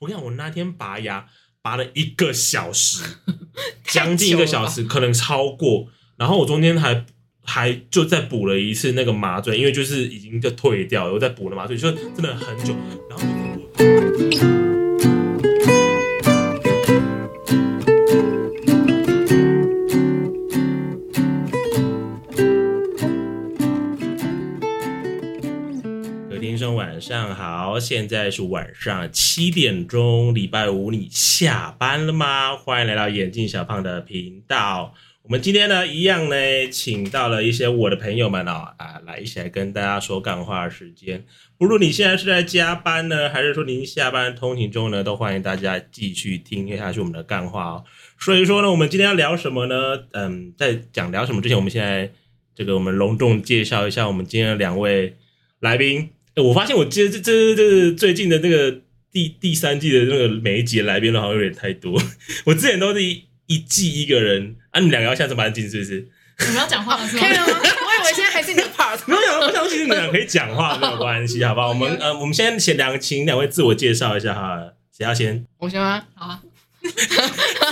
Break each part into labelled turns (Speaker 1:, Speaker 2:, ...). Speaker 1: 我跟你讲，我那天拔牙拔了一个小时，将近一个小时，可能超过。然后我中间还还就再补了一次那个麻醉，因为就是已经就退掉了，我再补了麻醉，就真的很久。然后我各位听众晚上好，现在是晚上七点钟，礼拜五你下班了吗？欢迎来到眼镜小胖的频道。我们今天呢，一样呢，请到了一些我的朋友们哦，啊，来一起来跟大家说干话的时间。不论你现在是在加班呢，还是说您下班通勤中呢，都欢迎大家继续听下去我们的干话哦。所以说呢，我们今天要聊什么呢？嗯，在讲聊什么之前，我们现在这个我们隆重介绍一下我们今天的两位来宾。诶我发现我这这这这最近的那个第第三季的那个每一集的来宾都好像有点太多， 我之前都是一一季一个人啊，你们两个要下次把它进是不是？
Speaker 2: 你们要讲话了是吗
Speaker 3: 可？以了吗？我以为现在还是你的 part。
Speaker 1: 没有，我想其实你们俩可以讲话没有关系，好不好？我
Speaker 3: 啊
Speaker 1: 们呃，我们先先两请两位自我介绍一下哈，谁要先
Speaker 3: 我先吗？
Speaker 2: 好啊，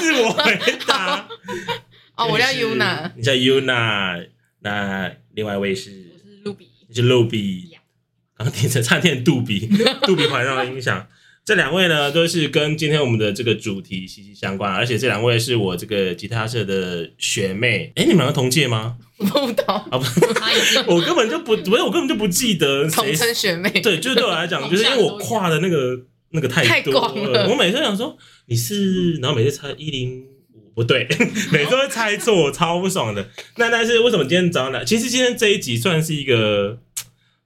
Speaker 1: 自我回答？
Speaker 3: 哦，我叫
Speaker 1: 是
Speaker 3: Yuna，
Speaker 1: 你叫 Yuna，那另外一位是
Speaker 2: 我是露比，
Speaker 1: 是露比
Speaker 2: Yeah，
Speaker 1: 刚刚听成差点杜 比，杜比环绕的音响。这两位呢，都是跟今天我们的这个主题息息相关，而且这两位是我这个吉他社的学妹。哎，你们两个同届吗？
Speaker 3: 我不懂，
Speaker 1: 啊，不，
Speaker 2: 他已经
Speaker 1: 我根本就不，不是，我根本就不记得谁
Speaker 3: 统
Speaker 1: 是
Speaker 3: 称学妹。
Speaker 1: 对，就是对我来讲，就是因为我跨的那个那个太多
Speaker 3: 太广了
Speaker 1: 我每次都想说你是，然后每次猜一零五不对， 每次都会猜错，超不爽的。 那但是为什么今天早上来？其实今天这一集算是一个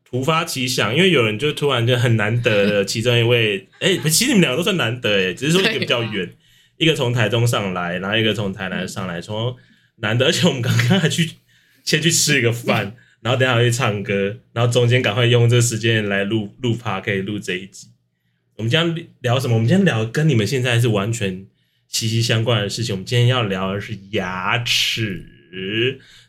Speaker 1: 突发奇想，因为有人就突然就很难得的其中一位，哎、其实你们两个都算难得哎，只是说一个比较远，一个从台中上来，然后一个从台南上来，从难得，而且我们刚刚还去先去吃一个饭。然后等一下还去唱歌，然后中间赶快用这时间来录录趴，可以录这一集。我们今天聊什么？我们今天聊跟你们现在是完全息息相关的事情。我们今天要聊的是牙齿。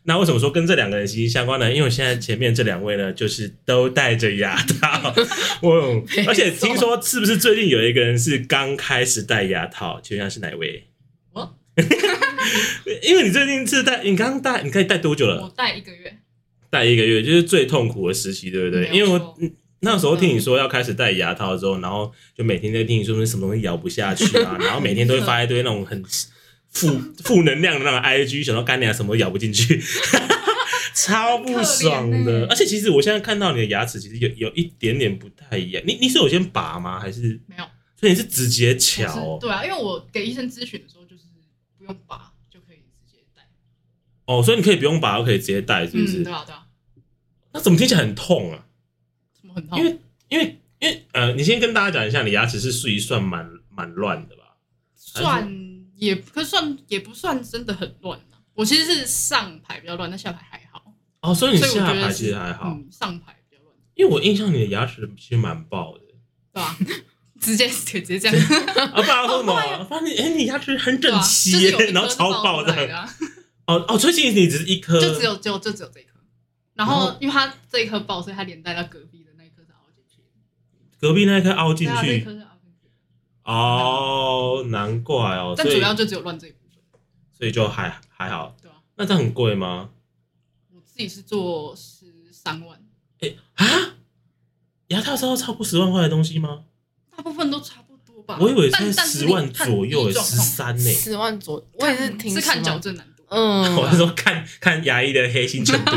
Speaker 1: 那为什么说跟这两个人息息相关呢？因为我现在前面这两位呢，就是都戴着牙套，哦，而且听说是不是最近有一个人是刚开始戴牙套？请问一下是哪位？
Speaker 2: 我，
Speaker 1: 因为你最近是戴，你刚刚戴，你可以戴多久了
Speaker 2: 我？戴一个月，
Speaker 1: 戴一个月，就是最痛苦的时期，对不对？
Speaker 2: 没
Speaker 1: 因
Speaker 2: 有
Speaker 1: 为我
Speaker 2: 错
Speaker 1: 嗯那时候听你说要开始戴牙套之后，然后就每天在听你说什么东西咬不下去 啊，然后每天都会发一堆那种很负负能量的那种 IG，想到干娘什么都咬不进 去，超不爽
Speaker 2: 很可怜
Speaker 1: 的
Speaker 2: 欸。
Speaker 1: 而且其实我现在看到你的牙齿，其实有有一点点不太一样。你你是有先拔吗？还是
Speaker 2: 没有，
Speaker 1: 所以你是直接
Speaker 2: 我
Speaker 1: 瞧
Speaker 2: 是
Speaker 1: 哦？
Speaker 2: 对啊，因为我给医生咨询的时候就是不用拔就可以直接戴，
Speaker 1: 哦，所以你可以不用拔，可以直接戴，是不
Speaker 2: 嗯，
Speaker 1: 是？
Speaker 2: 对啊对啊，
Speaker 1: 那怎么听起来很痛啊？
Speaker 2: 什么很痛
Speaker 1: 因？为因为因为呃，你先跟大家讲一下，你牙齿是属于算蛮蛮乱的吧？
Speaker 2: 算也可是算也不算真的很乱啊，我其实是上排比较乱，但下排还好，
Speaker 1: 哦，所以你
Speaker 2: 所以我
Speaker 1: 下
Speaker 2: 觉
Speaker 1: 排
Speaker 2: 得
Speaker 1: 其
Speaker 2: 是
Speaker 1: 实还好，
Speaker 2: 嗯，上排比较乱，
Speaker 1: 因为我印象你的牙齿其实蛮 爆的
Speaker 2: 对吧？直接直接这 样，
Speaker 1: 啊，不然说什么啊？发现哎，你牙齿很
Speaker 2: 对
Speaker 1: 整
Speaker 2: 啊，
Speaker 1: 齐
Speaker 2: 就是有一
Speaker 1: 耶，
Speaker 2: 颗
Speaker 1: 然后
Speaker 2: 是
Speaker 1: 超爆
Speaker 2: 冒出来
Speaker 1: 的
Speaker 2: 的。啊。
Speaker 1: 哦哦，所以其实你只是一颗，
Speaker 2: 就只有只有就只有这一颗。
Speaker 1: 然
Speaker 2: 然后
Speaker 1: 后
Speaker 2: 因为它这一颗爆，所以它连带到隔壁的那一颗是凹进去的。
Speaker 1: 隔壁那一颗凹进
Speaker 2: 对啊，这一
Speaker 1: 去
Speaker 2: 颗是凹进去的。
Speaker 1: 哦，难怪哦，
Speaker 2: 但
Speaker 1: 所
Speaker 2: 主
Speaker 1: 以
Speaker 2: 要就只有乱这一部分，
Speaker 1: 所以就还还好。
Speaker 2: 对啊，
Speaker 1: 那这样很贵吗？
Speaker 2: 我自己是做十三万，
Speaker 1: 哎啊，牙套是要超过十万块的东西吗？
Speaker 2: 大部分都差不多吧。
Speaker 1: 我以为才
Speaker 2: 但
Speaker 1: 十万左右，欸十，三
Speaker 2: 哦
Speaker 1: 呢。
Speaker 3: 十万左，我
Speaker 2: 但
Speaker 3: 也
Speaker 2: 是
Speaker 3: 是
Speaker 2: 你
Speaker 3: 挺
Speaker 2: 看你状况是看
Speaker 3: 10
Speaker 2: 矫
Speaker 3: 万。
Speaker 2: 正难度，
Speaker 1: 我
Speaker 3: 嗯，
Speaker 1: 是说看 看牙医的黑心程度。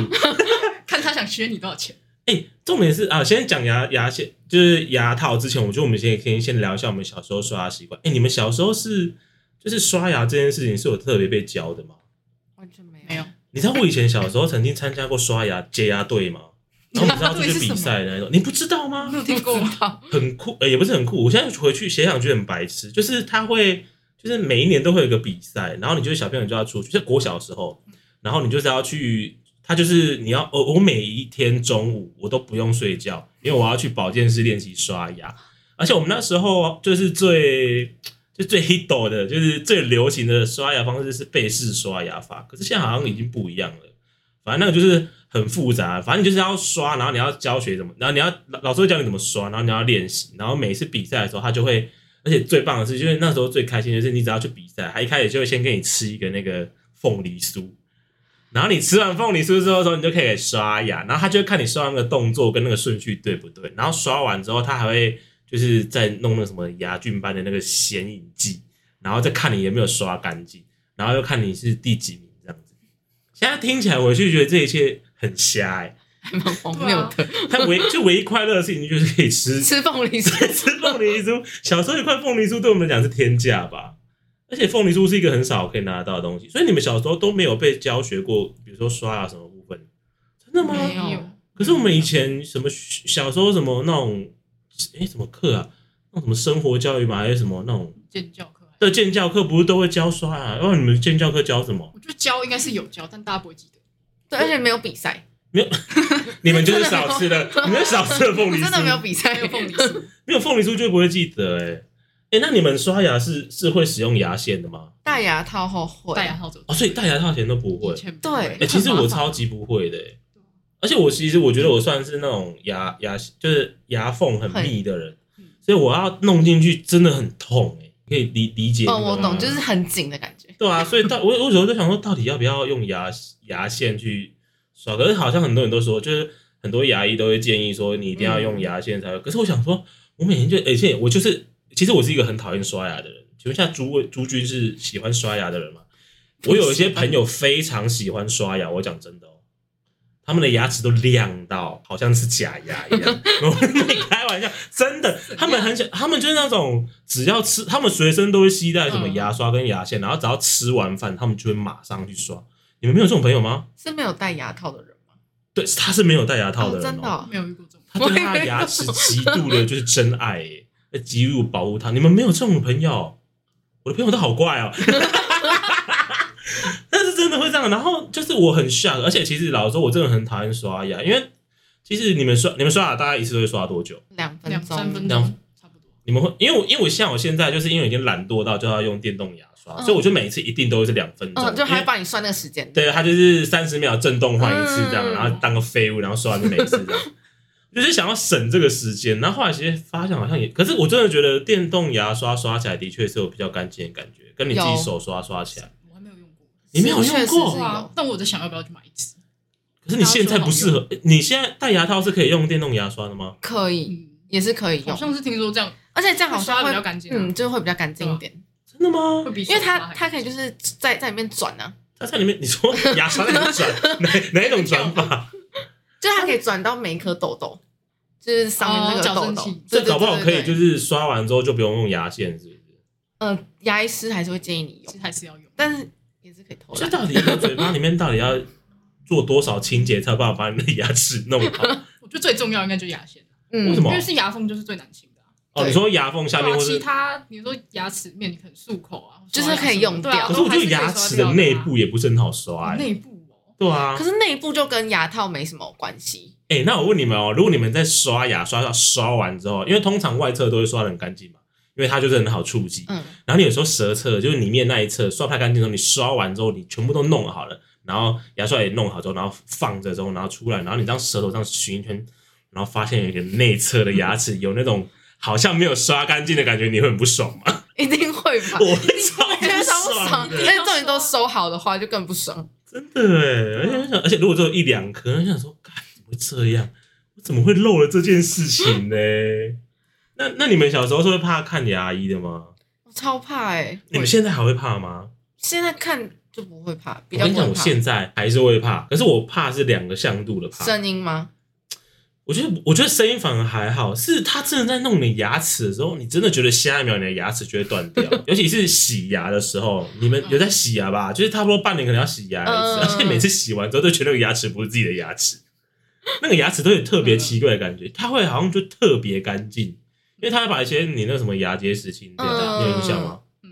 Speaker 2: 看他想削你多少钱。
Speaker 1: 哎、重点是啊，先讲牙牙线，就是牙套之前，我觉得我们先可以先聊一下我们小时候刷牙习惯。哎、你们小时候是就是刷牙这件事情是有特别被教的吗？
Speaker 3: 完全没
Speaker 2: 没有，
Speaker 1: 你知道我以前小时候曾经参加过刷牙接牙队吗？然后我们是要出去比赛的那种，你不知道吗
Speaker 3: 没？有
Speaker 2: 听过
Speaker 3: 不知道
Speaker 1: 很酷，呃，也不是很酷。我现在回去想想觉得很白痴，就是他会，就是每一年都会有一个比赛，然后你就是小朋友就要出去，在国小的时候，然后你就是要去，他就是你要，我我每一天中午我都不用睡觉，因为我要去保健室练习刷牙，而且我们那时候就是最。就最 hit 的，就是最流行的刷牙方式是背式刷牙法，可是现在好像已经不一样了。反正那个就是很复杂，反正你就是要刷，然后你要教学怎么，然后你要老老师会教你怎么刷，然后你要练习，然后每次比赛的时候，他就会而且最棒的是，就是那时候最开心的就是你只要去比赛，他一开始就会先给你吃一个那个凤梨酥，然后你吃完凤梨酥之后，你就可以刷牙，然后他就会看你刷完的动作跟那个顺序对不对，然后刷完之后，他还会就是再弄那个什么牙菌斑的那个显影剂，然后再看你有没有刷干净，然后又看你是第几名这样子。现在听起来，我就觉得这一切很瞎哎、
Speaker 3: 还蛮荒谬的。
Speaker 1: 他 唯就唯一快乐的事情就是可以吃
Speaker 3: 吃凤梨酥，
Speaker 1: 吃凤梨酥，小时候一块凤梨酥对我们来讲是天价吧。而且凤梨酥是一个很少可以拿得到的东西，所以你们小时候都没有被教学过，比如说刷牙什么部分，真的
Speaker 3: 没
Speaker 1: 吗？
Speaker 3: 有
Speaker 2: 有，
Speaker 1: 可是我们以前什么小时候什么那种，哎、什么课啊？那种什么生活教育嘛，还是什么那种
Speaker 2: 建教课还是，
Speaker 1: 的建教课不是都会教刷牙？然后你们建教课教什么？
Speaker 2: 我就教应该是有教，但大家不会记得。
Speaker 3: 对，而且没有比赛，
Speaker 1: 你们就是少 吃的，你们少吃了凤
Speaker 3: 我
Speaker 1: 梨酥，
Speaker 3: 真的没有比赛，
Speaker 2: 还有凤 梨酥，
Speaker 3: 啊
Speaker 1: 没有凤梨酥就不会记得哎、欸、哎、那你们刷牙是是会使用牙线的吗？
Speaker 3: 戴牙套后会，
Speaker 2: 戴牙套走。
Speaker 1: 哦，所以戴牙套前都不会
Speaker 2: 以。前不
Speaker 3: 对
Speaker 2: 会
Speaker 1: 哎、，其实我超级不会的、欸，而且我其实我觉得我算是那种牙牙就是牙缝很密的人
Speaker 2: 很嗯，
Speaker 1: 所以我要弄进去真的很痛哎、欸可以理理解那
Speaker 3: 哦，
Speaker 1: 个吗
Speaker 3: 我懂，就是很紧的感觉。
Speaker 1: 对啊，所以到我我有时候就想说，到底要不要用牙牙线去刷？可是好像很多人都说，就是很多牙医都会建议说，你一定要用牙线才会。可是我想说，我每天就，而且我就是，其实我是一个很讨厌刷牙的人。请问一下，朱伟朱军是喜欢刷牙的人吗？我有一些朋友非常喜欢刷牙，我讲真的哦，他们的牙齿都亮到好像是假牙一 样。我没开玩笑，真的，他们很想，他们就是那种只要吃，他们随身都会携带什么
Speaker 2: 嗯
Speaker 1: 牙刷跟牙线，然后只要吃完饭，他们就会马上去刷。你们没有这种朋友吗？
Speaker 3: 是没有戴牙套的人吗？
Speaker 1: 对，他是没有戴牙套的人、
Speaker 3: 哦真的哦
Speaker 2: 没有遇过这种。
Speaker 1: 他对他的牙齿极度的就是真爱 耶，极度保护他。你们没有这种朋友，我的朋友都好怪哦。 但是真的会这样，然后就是我很 shock，而且其实老实说，我真的很讨厌刷牙，因为其实你们刷你们刷牙大概一次都会刷多久？
Speaker 3: 两分
Speaker 2: 两
Speaker 3: 钟，
Speaker 2: 三分
Speaker 1: 两
Speaker 2: 钟差不多。
Speaker 1: 你们会因为我因为我像我现在就是因为已经懒惰到就要用电动牙刷，
Speaker 3: 嗯
Speaker 1: 所以我就每一次一定都是两分钟，
Speaker 3: 嗯，就
Speaker 1: 因
Speaker 3: 还
Speaker 1: 为
Speaker 3: 帮你算那个时间。
Speaker 1: 对，它就是三十秒震动换一次这样，
Speaker 3: 嗯
Speaker 1: 然后当个废物，然后刷完就没事这样。 就是想要省这个时间，然后后来其实发现好像也，可是我真的觉得电动牙刷刷起来的确是有比较干净的感觉，跟你自己
Speaker 3: 有
Speaker 1: 手刷刷起来。
Speaker 2: 我还没有用过。
Speaker 1: 你没有
Speaker 3: 确
Speaker 1: 用
Speaker 3: 实是
Speaker 1: 过
Speaker 2: 对啊
Speaker 3: 有，
Speaker 2: 但我在想要不要去买一支。
Speaker 1: 可是你现在不适合，你现在戴牙套是可以用电动牙刷的吗？
Speaker 3: 可以，
Speaker 2: 嗯，
Speaker 3: 也是可以
Speaker 2: 好
Speaker 3: 用，
Speaker 2: 像是听说这样
Speaker 3: 而且这样好
Speaker 2: 刷
Speaker 3: 像
Speaker 2: 得比较
Speaker 3: 会，
Speaker 2: 干净啊，
Speaker 3: 嗯，就会比较干净一点，
Speaker 1: 真的吗
Speaker 2: 会？比
Speaker 3: 因为
Speaker 2: 手
Speaker 3: 它
Speaker 2: 刷还
Speaker 3: 它可以就是在在里面转啊，
Speaker 1: 它在里面，你说牙刷在里面转 哪哪一种转法？
Speaker 3: 就是它可以转到每一颗豆豆，就是上面这
Speaker 2: 哦
Speaker 3: 个
Speaker 2: 矫
Speaker 3: 痘
Speaker 2: 正
Speaker 3: 痘
Speaker 2: 器。
Speaker 3: 对
Speaker 1: 这搞不好可以，
Speaker 3: 对对
Speaker 1: 就
Speaker 3: 对对
Speaker 1: 是刷完之后就不用用牙线，是不是？
Speaker 3: 呃，牙医师还是会建议你
Speaker 2: 其实
Speaker 3: 用，
Speaker 2: 还是要用。
Speaker 3: 但是也是可以偷
Speaker 1: 这
Speaker 3: 懒。
Speaker 1: 到底一个嘴巴里面到底要做多少清洁才有办法把你的牙齿弄好？
Speaker 2: 我觉得最重要应该就是牙线，
Speaker 3: 嗯
Speaker 1: 为什么
Speaker 2: 因为是牙缝就是最难清的啊。
Speaker 1: 哦，你说牙缝下面
Speaker 2: 对啊
Speaker 1: 或
Speaker 2: 其
Speaker 1: 是，
Speaker 2: 他你说牙齿面，你可能漱口啊，
Speaker 3: 就是
Speaker 2: 刷牙
Speaker 3: 可以
Speaker 2: 什么
Speaker 3: 用
Speaker 2: 对啊
Speaker 3: 掉
Speaker 1: 可是我觉得
Speaker 2: 都还可以
Speaker 1: 牙
Speaker 2: 刷
Speaker 1: 齿
Speaker 2: 掉
Speaker 1: 的
Speaker 2: 啊
Speaker 1: 内部也不是很好刷、欸。
Speaker 2: 内部哦，
Speaker 1: 对啊
Speaker 3: 可，是内部就跟牙套没什么关系，
Speaker 1: 哎、那我问你们哦，如果你们在刷牙刷刷刷完之后，因为通常外侧都会刷的很干净嘛，因为它就是很好触及。
Speaker 3: 嗯，
Speaker 1: 然后你有时候舌侧就是里面那一侧刷不太干净的时候，你刷完之后你全部都弄好了，然后牙刷也弄好之后，然后放着之后，然后出来，然后你这样舌头这样循一圈，然后发现有一个内侧的牙 齿有那种好像没有刷干净的感觉，你会很不爽吗？
Speaker 3: 一定会
Speaker 2: 啊
Speaker 3: 吧。
Speaker 1: 我会超
Speaker 3: 觉得
Speaker 1: 不
Speaker 3: 超不
Speaker 1: 爽
Speaker 3: 爽，
Speaker 1: 的
Speaker 3: 而。且重点都收好的话就更不爽。
Speaker 1: 真的哎，而且我想，而且如果只有一两颗，我想说，干怎么会这样？我怎么会漏了这件事情呢？ 那那你们小时候是会怕看牙医的吗？
Speaker 3: 我超怕哎、欸，
Speaker 1: 你们现在还会怕吗？
Speaker 3: 现在看就不会怕，比
Speaker 1: 我
Speaker 3: 较
Speaker 1: 跟
Speaker 3: 不
Speaker 1: 你讲，
Speaker 3: 会
Speaker 1: 我
Speaker 3: 怕。
Speaker 1: 现在还是会怕，可是我怕是两个向度的怕。
Speaker 3: 声音吗？
Speaker 1: 我觉得，我觉得声音反而还好，是他真的在弄你牙齿的时候，你真的觉得下一秒你的牙齿就会断 掉，尤其是洗牙的时候，你们有在洗牙吧？就是差不多半年可能要洗牙一次，
Speaker 3: 嗯
Speaker 1: 而且每次洗完之后都觉得那个牙齿不是自己的牙齿，那个牙齿都有特
Speaker 3: 嗯
Speaker 1: 别奇怪的感觉，它会好像就特别干净，因为它会把一些你那什么牙结石清掉，
Speaker 3: 嗯
Speaker 1: 你有印象吗？
Speaker 2: 嗯，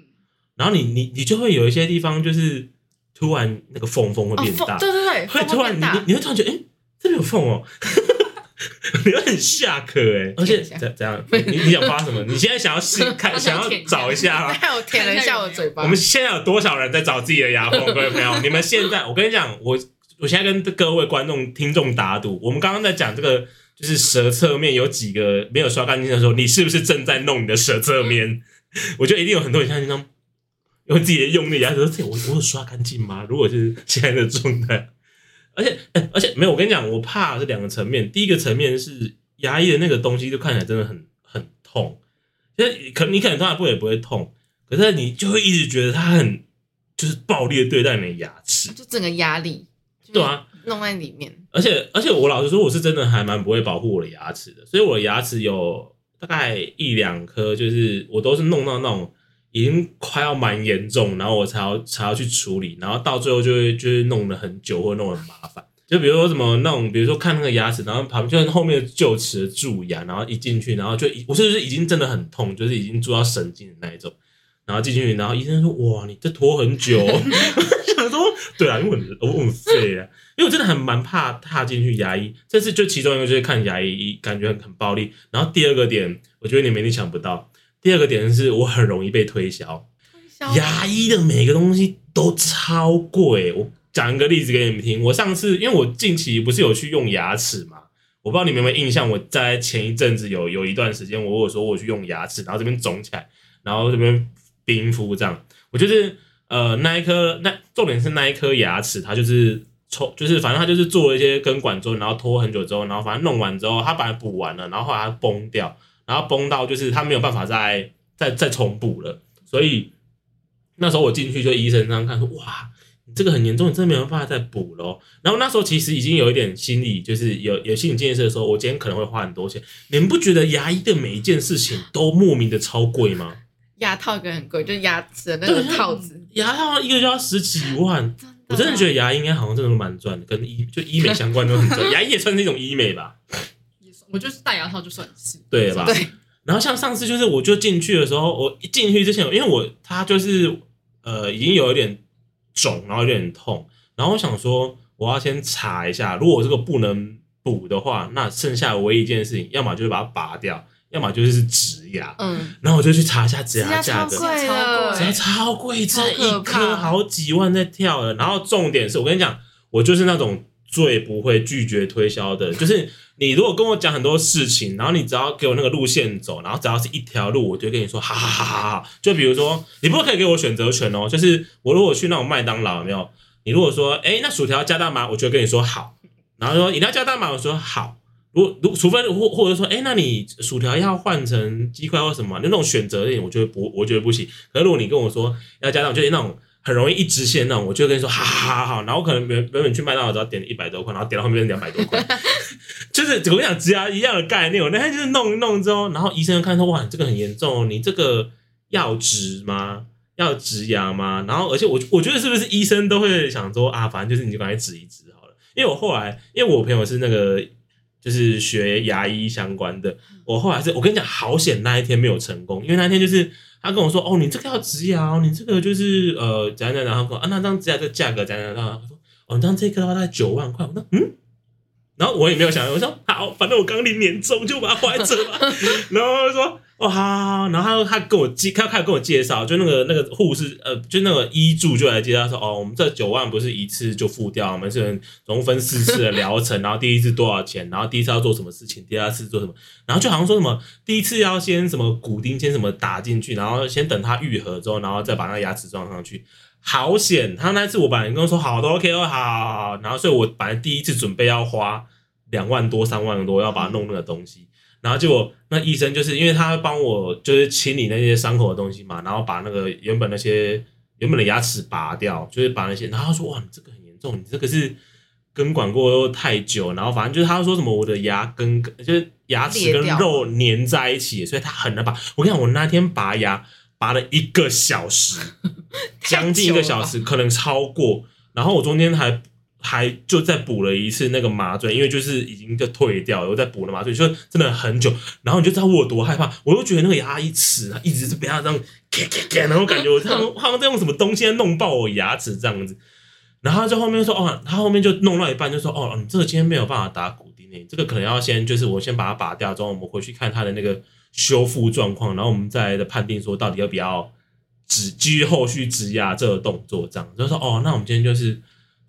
Speaker 1: 然后你你你就会有一些地方就是突然那个缝缝会
Speaker 3: 哦，
Speaker 1: 变大，
Speaker 3: 风对对对，
Speaker 1: 会
Speaker 3: 风
Speaker 1: 突
Speaker 3: 会
Speaker 1: 然你你
Speaker 3: 变大，
Speaker 1: 你会突然觉得，哎、这边有缝哦、 你会很下课哎、而且
Speaker 3: 舔一下
Speaker 1: 怎怎样？你你你想发什么？你现在想要试 看，
Speaker 2: 他
Speaker 1: 想
Speaker 2: 想
Speaker 1: 要
Speaker 2: 要舔一下
Speaker 1: 找一下吗？
Speaker 3: 还有舔了一下我嘴巴。
Speaker 1: 我们现在有多少人在找自己的牙缝？各位朋友，你们现在，我跟你讲，我我现在跟各位观众、听众打赌，我们刚刚在讲这个，就是舌侧面有几个没有刷干净的时候，你是不是正在弄你的舌侧面？ 我觉得一定有很多人像那种用自己的用力，然后说：“这我我有刷干净吗？”如果是现在的状态，而且、哎而且没有，我跟你讲，我怕是两个层面。第一个层面是牙医的那个东西，就看起来真的很很痛，就是可你可能当然不也不会痛，可是你就会一直觉得它很就是暴力的对待你的牙齿，
Speaker 3: 就整个压力，就是
Speaker 1: 对啊，
Speaker 3: 弄在里面。
Speaker 1: 而且而且我老实说，我是真的还蛮不会保护我的牙齿的，所以我的牙齿有大概一两颗，就是我都是弄到那种已经快要蛮严重，然后我才要才要去处理，然后到最后就会就是弄了很久，或弄得很麻烦。就比如说什么那种，比如说看那个牙齿，然后旁边就是后面的臼齿的蛀牙，然后一进去，然后就已我是不是已经真的很痛，就是已经蛀到神经的那一种，然后进去，然后医生说：“哇，你这拖很久。”哦 我想说，对啊，因为我很我很废啊，因为我真的很蛮怕踏进去牙医。这次就其中一个就是看牙医，感觉很很暴力。然后第二个点，我觉得你们一定想不到。第二个点是我很容易被推销，牙医的每个东西都超贵。我讲一个例子给你们听，我上次因为我近期不是有去用牙齿嘛，我不知道你们有没有印象，我在前一阵子有有一段时间，我有说我去用牙齿，然后这边肿起来，然后这边冰敷这样，我就是呃那一颗那重点是那一颗牙齿，它就是抽，就是反正它就是做了一些根管之后，然后拖很久之后，然后反正弄完之后，它本来补完了，然后后来它崩掉，然后崩到就是它没有办法再再再重补了，所以那时候我进去就医生这样看说哇。你这个很严重，你真的没有办法再补咯。然后那时候其实已经有一点心理，就是有有心理建设的时候，我今天可能会花很多钱。你们不觉得牙医的每一件事情都莫名的超贵吗？
Speaker 3: 牙套一个很贵，就是牙齿的那个
Speaker 1: 对
Speaker 3: 套子。
Speaker 1: 牙套一个就要十几万，
Speaker 3: 真
Speaker 1: 我真的觉得牙医应该好像真的蛮赚的，跟医就医美相关都很赚，牙医也算是一种医美吧，
Speaker 2: 也算我就是戴牙套就算是
Speaker 1: 对吧？
Speaker 3: 对，
Speaker 1: 然后像上次就是我就进去的时候，我一进去之前，因为我它就是呃已经有一点肿，然后有点痛，然后我想说我要先查一下，如果我这个不能补的话，那剩下唯一一件事情，要么就是把它拔掉，要么就是植牙。
Speaker 3: 嗯，
Speaker 1: 然后我就去查一下植
Speaker 3: 指
Speaker 1: 牙
Speaker 3: 甲
Speaker 1: 啊价
Speaker 3: 超
Speaker 1: 格，
Speaker 3: 贵
Speaker 1: 真的
Speaker 2: 超
Speaker 3: 的
Speaker 2: 贵，
Speaker 1: 超贵，
Speaker 3: 超
Speaker 1: 这一
Speaker 3: 可
Speaker 1: 颗
Speaker 3: 怕
Speaker 1: 好几万在跳了。然后重点是我跟你讲，我就是那种最不会拒绝推销的人，就是你如果跟我讲很多事情，然后你只要给我那个路线走，然后只要是一条路，我就跟你说，哈哈哈哈哈哈。就比如说，你不可以给我选择权哦，就是我如果去那种麦当劳，有没有？你如果说，哎，那薯条加大麻，我就会跟你说好。然后说饮料加大麻，我说好。如果如除非或或者说，哎、那你薯条要换成鸡块或什么，那种选择类，我觉得不，我觉得不行。可是如果你跟我说要加上，就是那种很容易一直线那种，我就会跟你说，好好好好。然后可能原原本去麦当劳只要点一百多块，然后点到后面两百多块， 就是我跟你讲，只要一样的概念。我那天就是弄一弄之后，然后医生看说，哇，你这个很严重哦，你这个要植吗？要植牙吗？然后而且我我觉得是不是医生都会想说啊，反正就是你就赶快植一植好了。因为我后来，因为我朋友是那个就是学牙医相关的，我后来是我跟你讲，好险那一天没有成功，因为那一天就是他跟我说，哦，你这个要植牙哦，你这个就是呃怎样怎样，然后他说啊，那张植牙的价格怎样怎样，他说哦，你这样这个的话大概九万块，我说嗯。然后我也没有想，我说好，反正我刚领年终，就把它花在这吧。 然后他就说哦，好好好。然后他他跟我介，他开始跟我介绍，就那个那个护士，呃，就那个医助就来介绍说，哦，我们这九万不是一次就付掉，我们是总共分四次的疗程，然后第一次多少钱，然后第一次要做什么事情，第二次做什么，然后就好像说什么第一次要先什么骨钉先什么打进去，然后先等它愈合之后，然后再把那个牙齿装上去。好险！他那次我本来跟我说好都 OK 哦，好好好好，然后所以我本来第一次准备要花两万多、三万多要把它弄那个东西，然后结果那医生就是因为他帮我就是清理那些伤口的东西嘛，然后把那个原本那些原本的牙齿拔掉，就是把那些，然后他说哇，你这个很严重，你这个是根管过太久，然后反正就是他说什么我的牙根就是牙齿跟
Speaker 3: 裂掉
Speaker 1: 肉粘在一起，所以他很难拔。我跟你讲，我那天拔牙拔了一个小时，将近一个小时，可能超过。然后我中间还还就再补了一次那个麻醉，因为就是已经就退掉了，我再补了麻醉，就真的很久。然后你就知道我有多害怕，我就觉得那个牙医齿啊一直是被他这样咔咔咔，然后感觉我他们 他们在用什么东西在弄爆我牙齿这样子。然后他在后面说哦，他后面就弄到一半就说哦，你这个今天没有办法打骨钉诶，这个可能要先就是我先把它拔掉之后，我们回去看它的那个修复状况，然后我们再来的判定说到底要不要只基于后续植牙这个动作这样，就说哦，那我们今天就是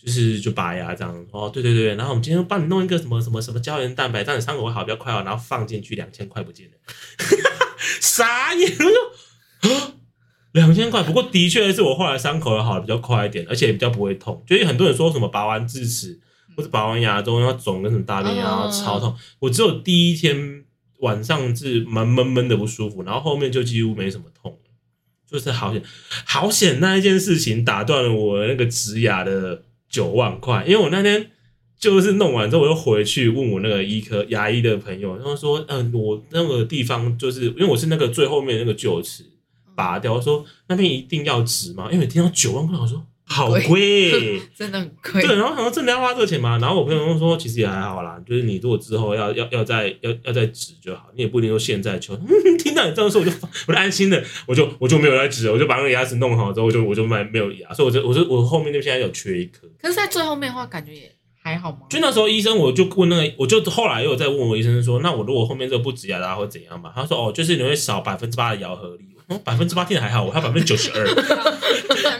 Speaker 1: 就是就拔牙这样，哦，对对对，然后我们今天帮你弄一个什么什么什么胶原蛋白，让你伤口会好比较快哦，然后放进去两千块不见了，傻眼，我就两千块，不过的确是我后来伤口有好的比较快一点，而且比较不会痛。就是很多人说什么拔完智齿或者拔完牙之后要肿跟什么大便一样，然后
Speaker 3: 嗯
Speaker 1: 超痛。我只有第一天晚上是蛮闷闷的不舒服，然后后面就几乎没什么痛了，就是好险好险那一件事情打断了我那个植牙的九万块，因为我那天。就是弄完之后，我又回去问我那个医科牙医的朋友，然后说，嗯、我那个地方就是因为我是那个最后面那个臼齿，拔掉。我说那边一定要值吗？因为我听到九万块，我说好贵。
Speaker 3: 真的很贵。
Speaker 1: 对，然后想说真的要花这个钱吗？然后我朋友说其实也还好啦，就是你如果之后要要要再要要再值就好，你也不一定说现在求。嗯、 听到你这样说，我就我就安心了，我就我就没有再值了，我就把那个牙齿弄好之后，我就我就没没有牙，所以我就我就我后面就现在有缺一颗。
Speaker 3: 可是，在最后面的话，感觉也还好吗？
Speaker 1: 就那时候医生，我就问那个，我就后来又在问我医生说，那我如果后面这个不植牙的话会怎样嘛？他说哦，就是你会少百分之八的咬合力。我百分之八听着还好，我还有百分之九十二。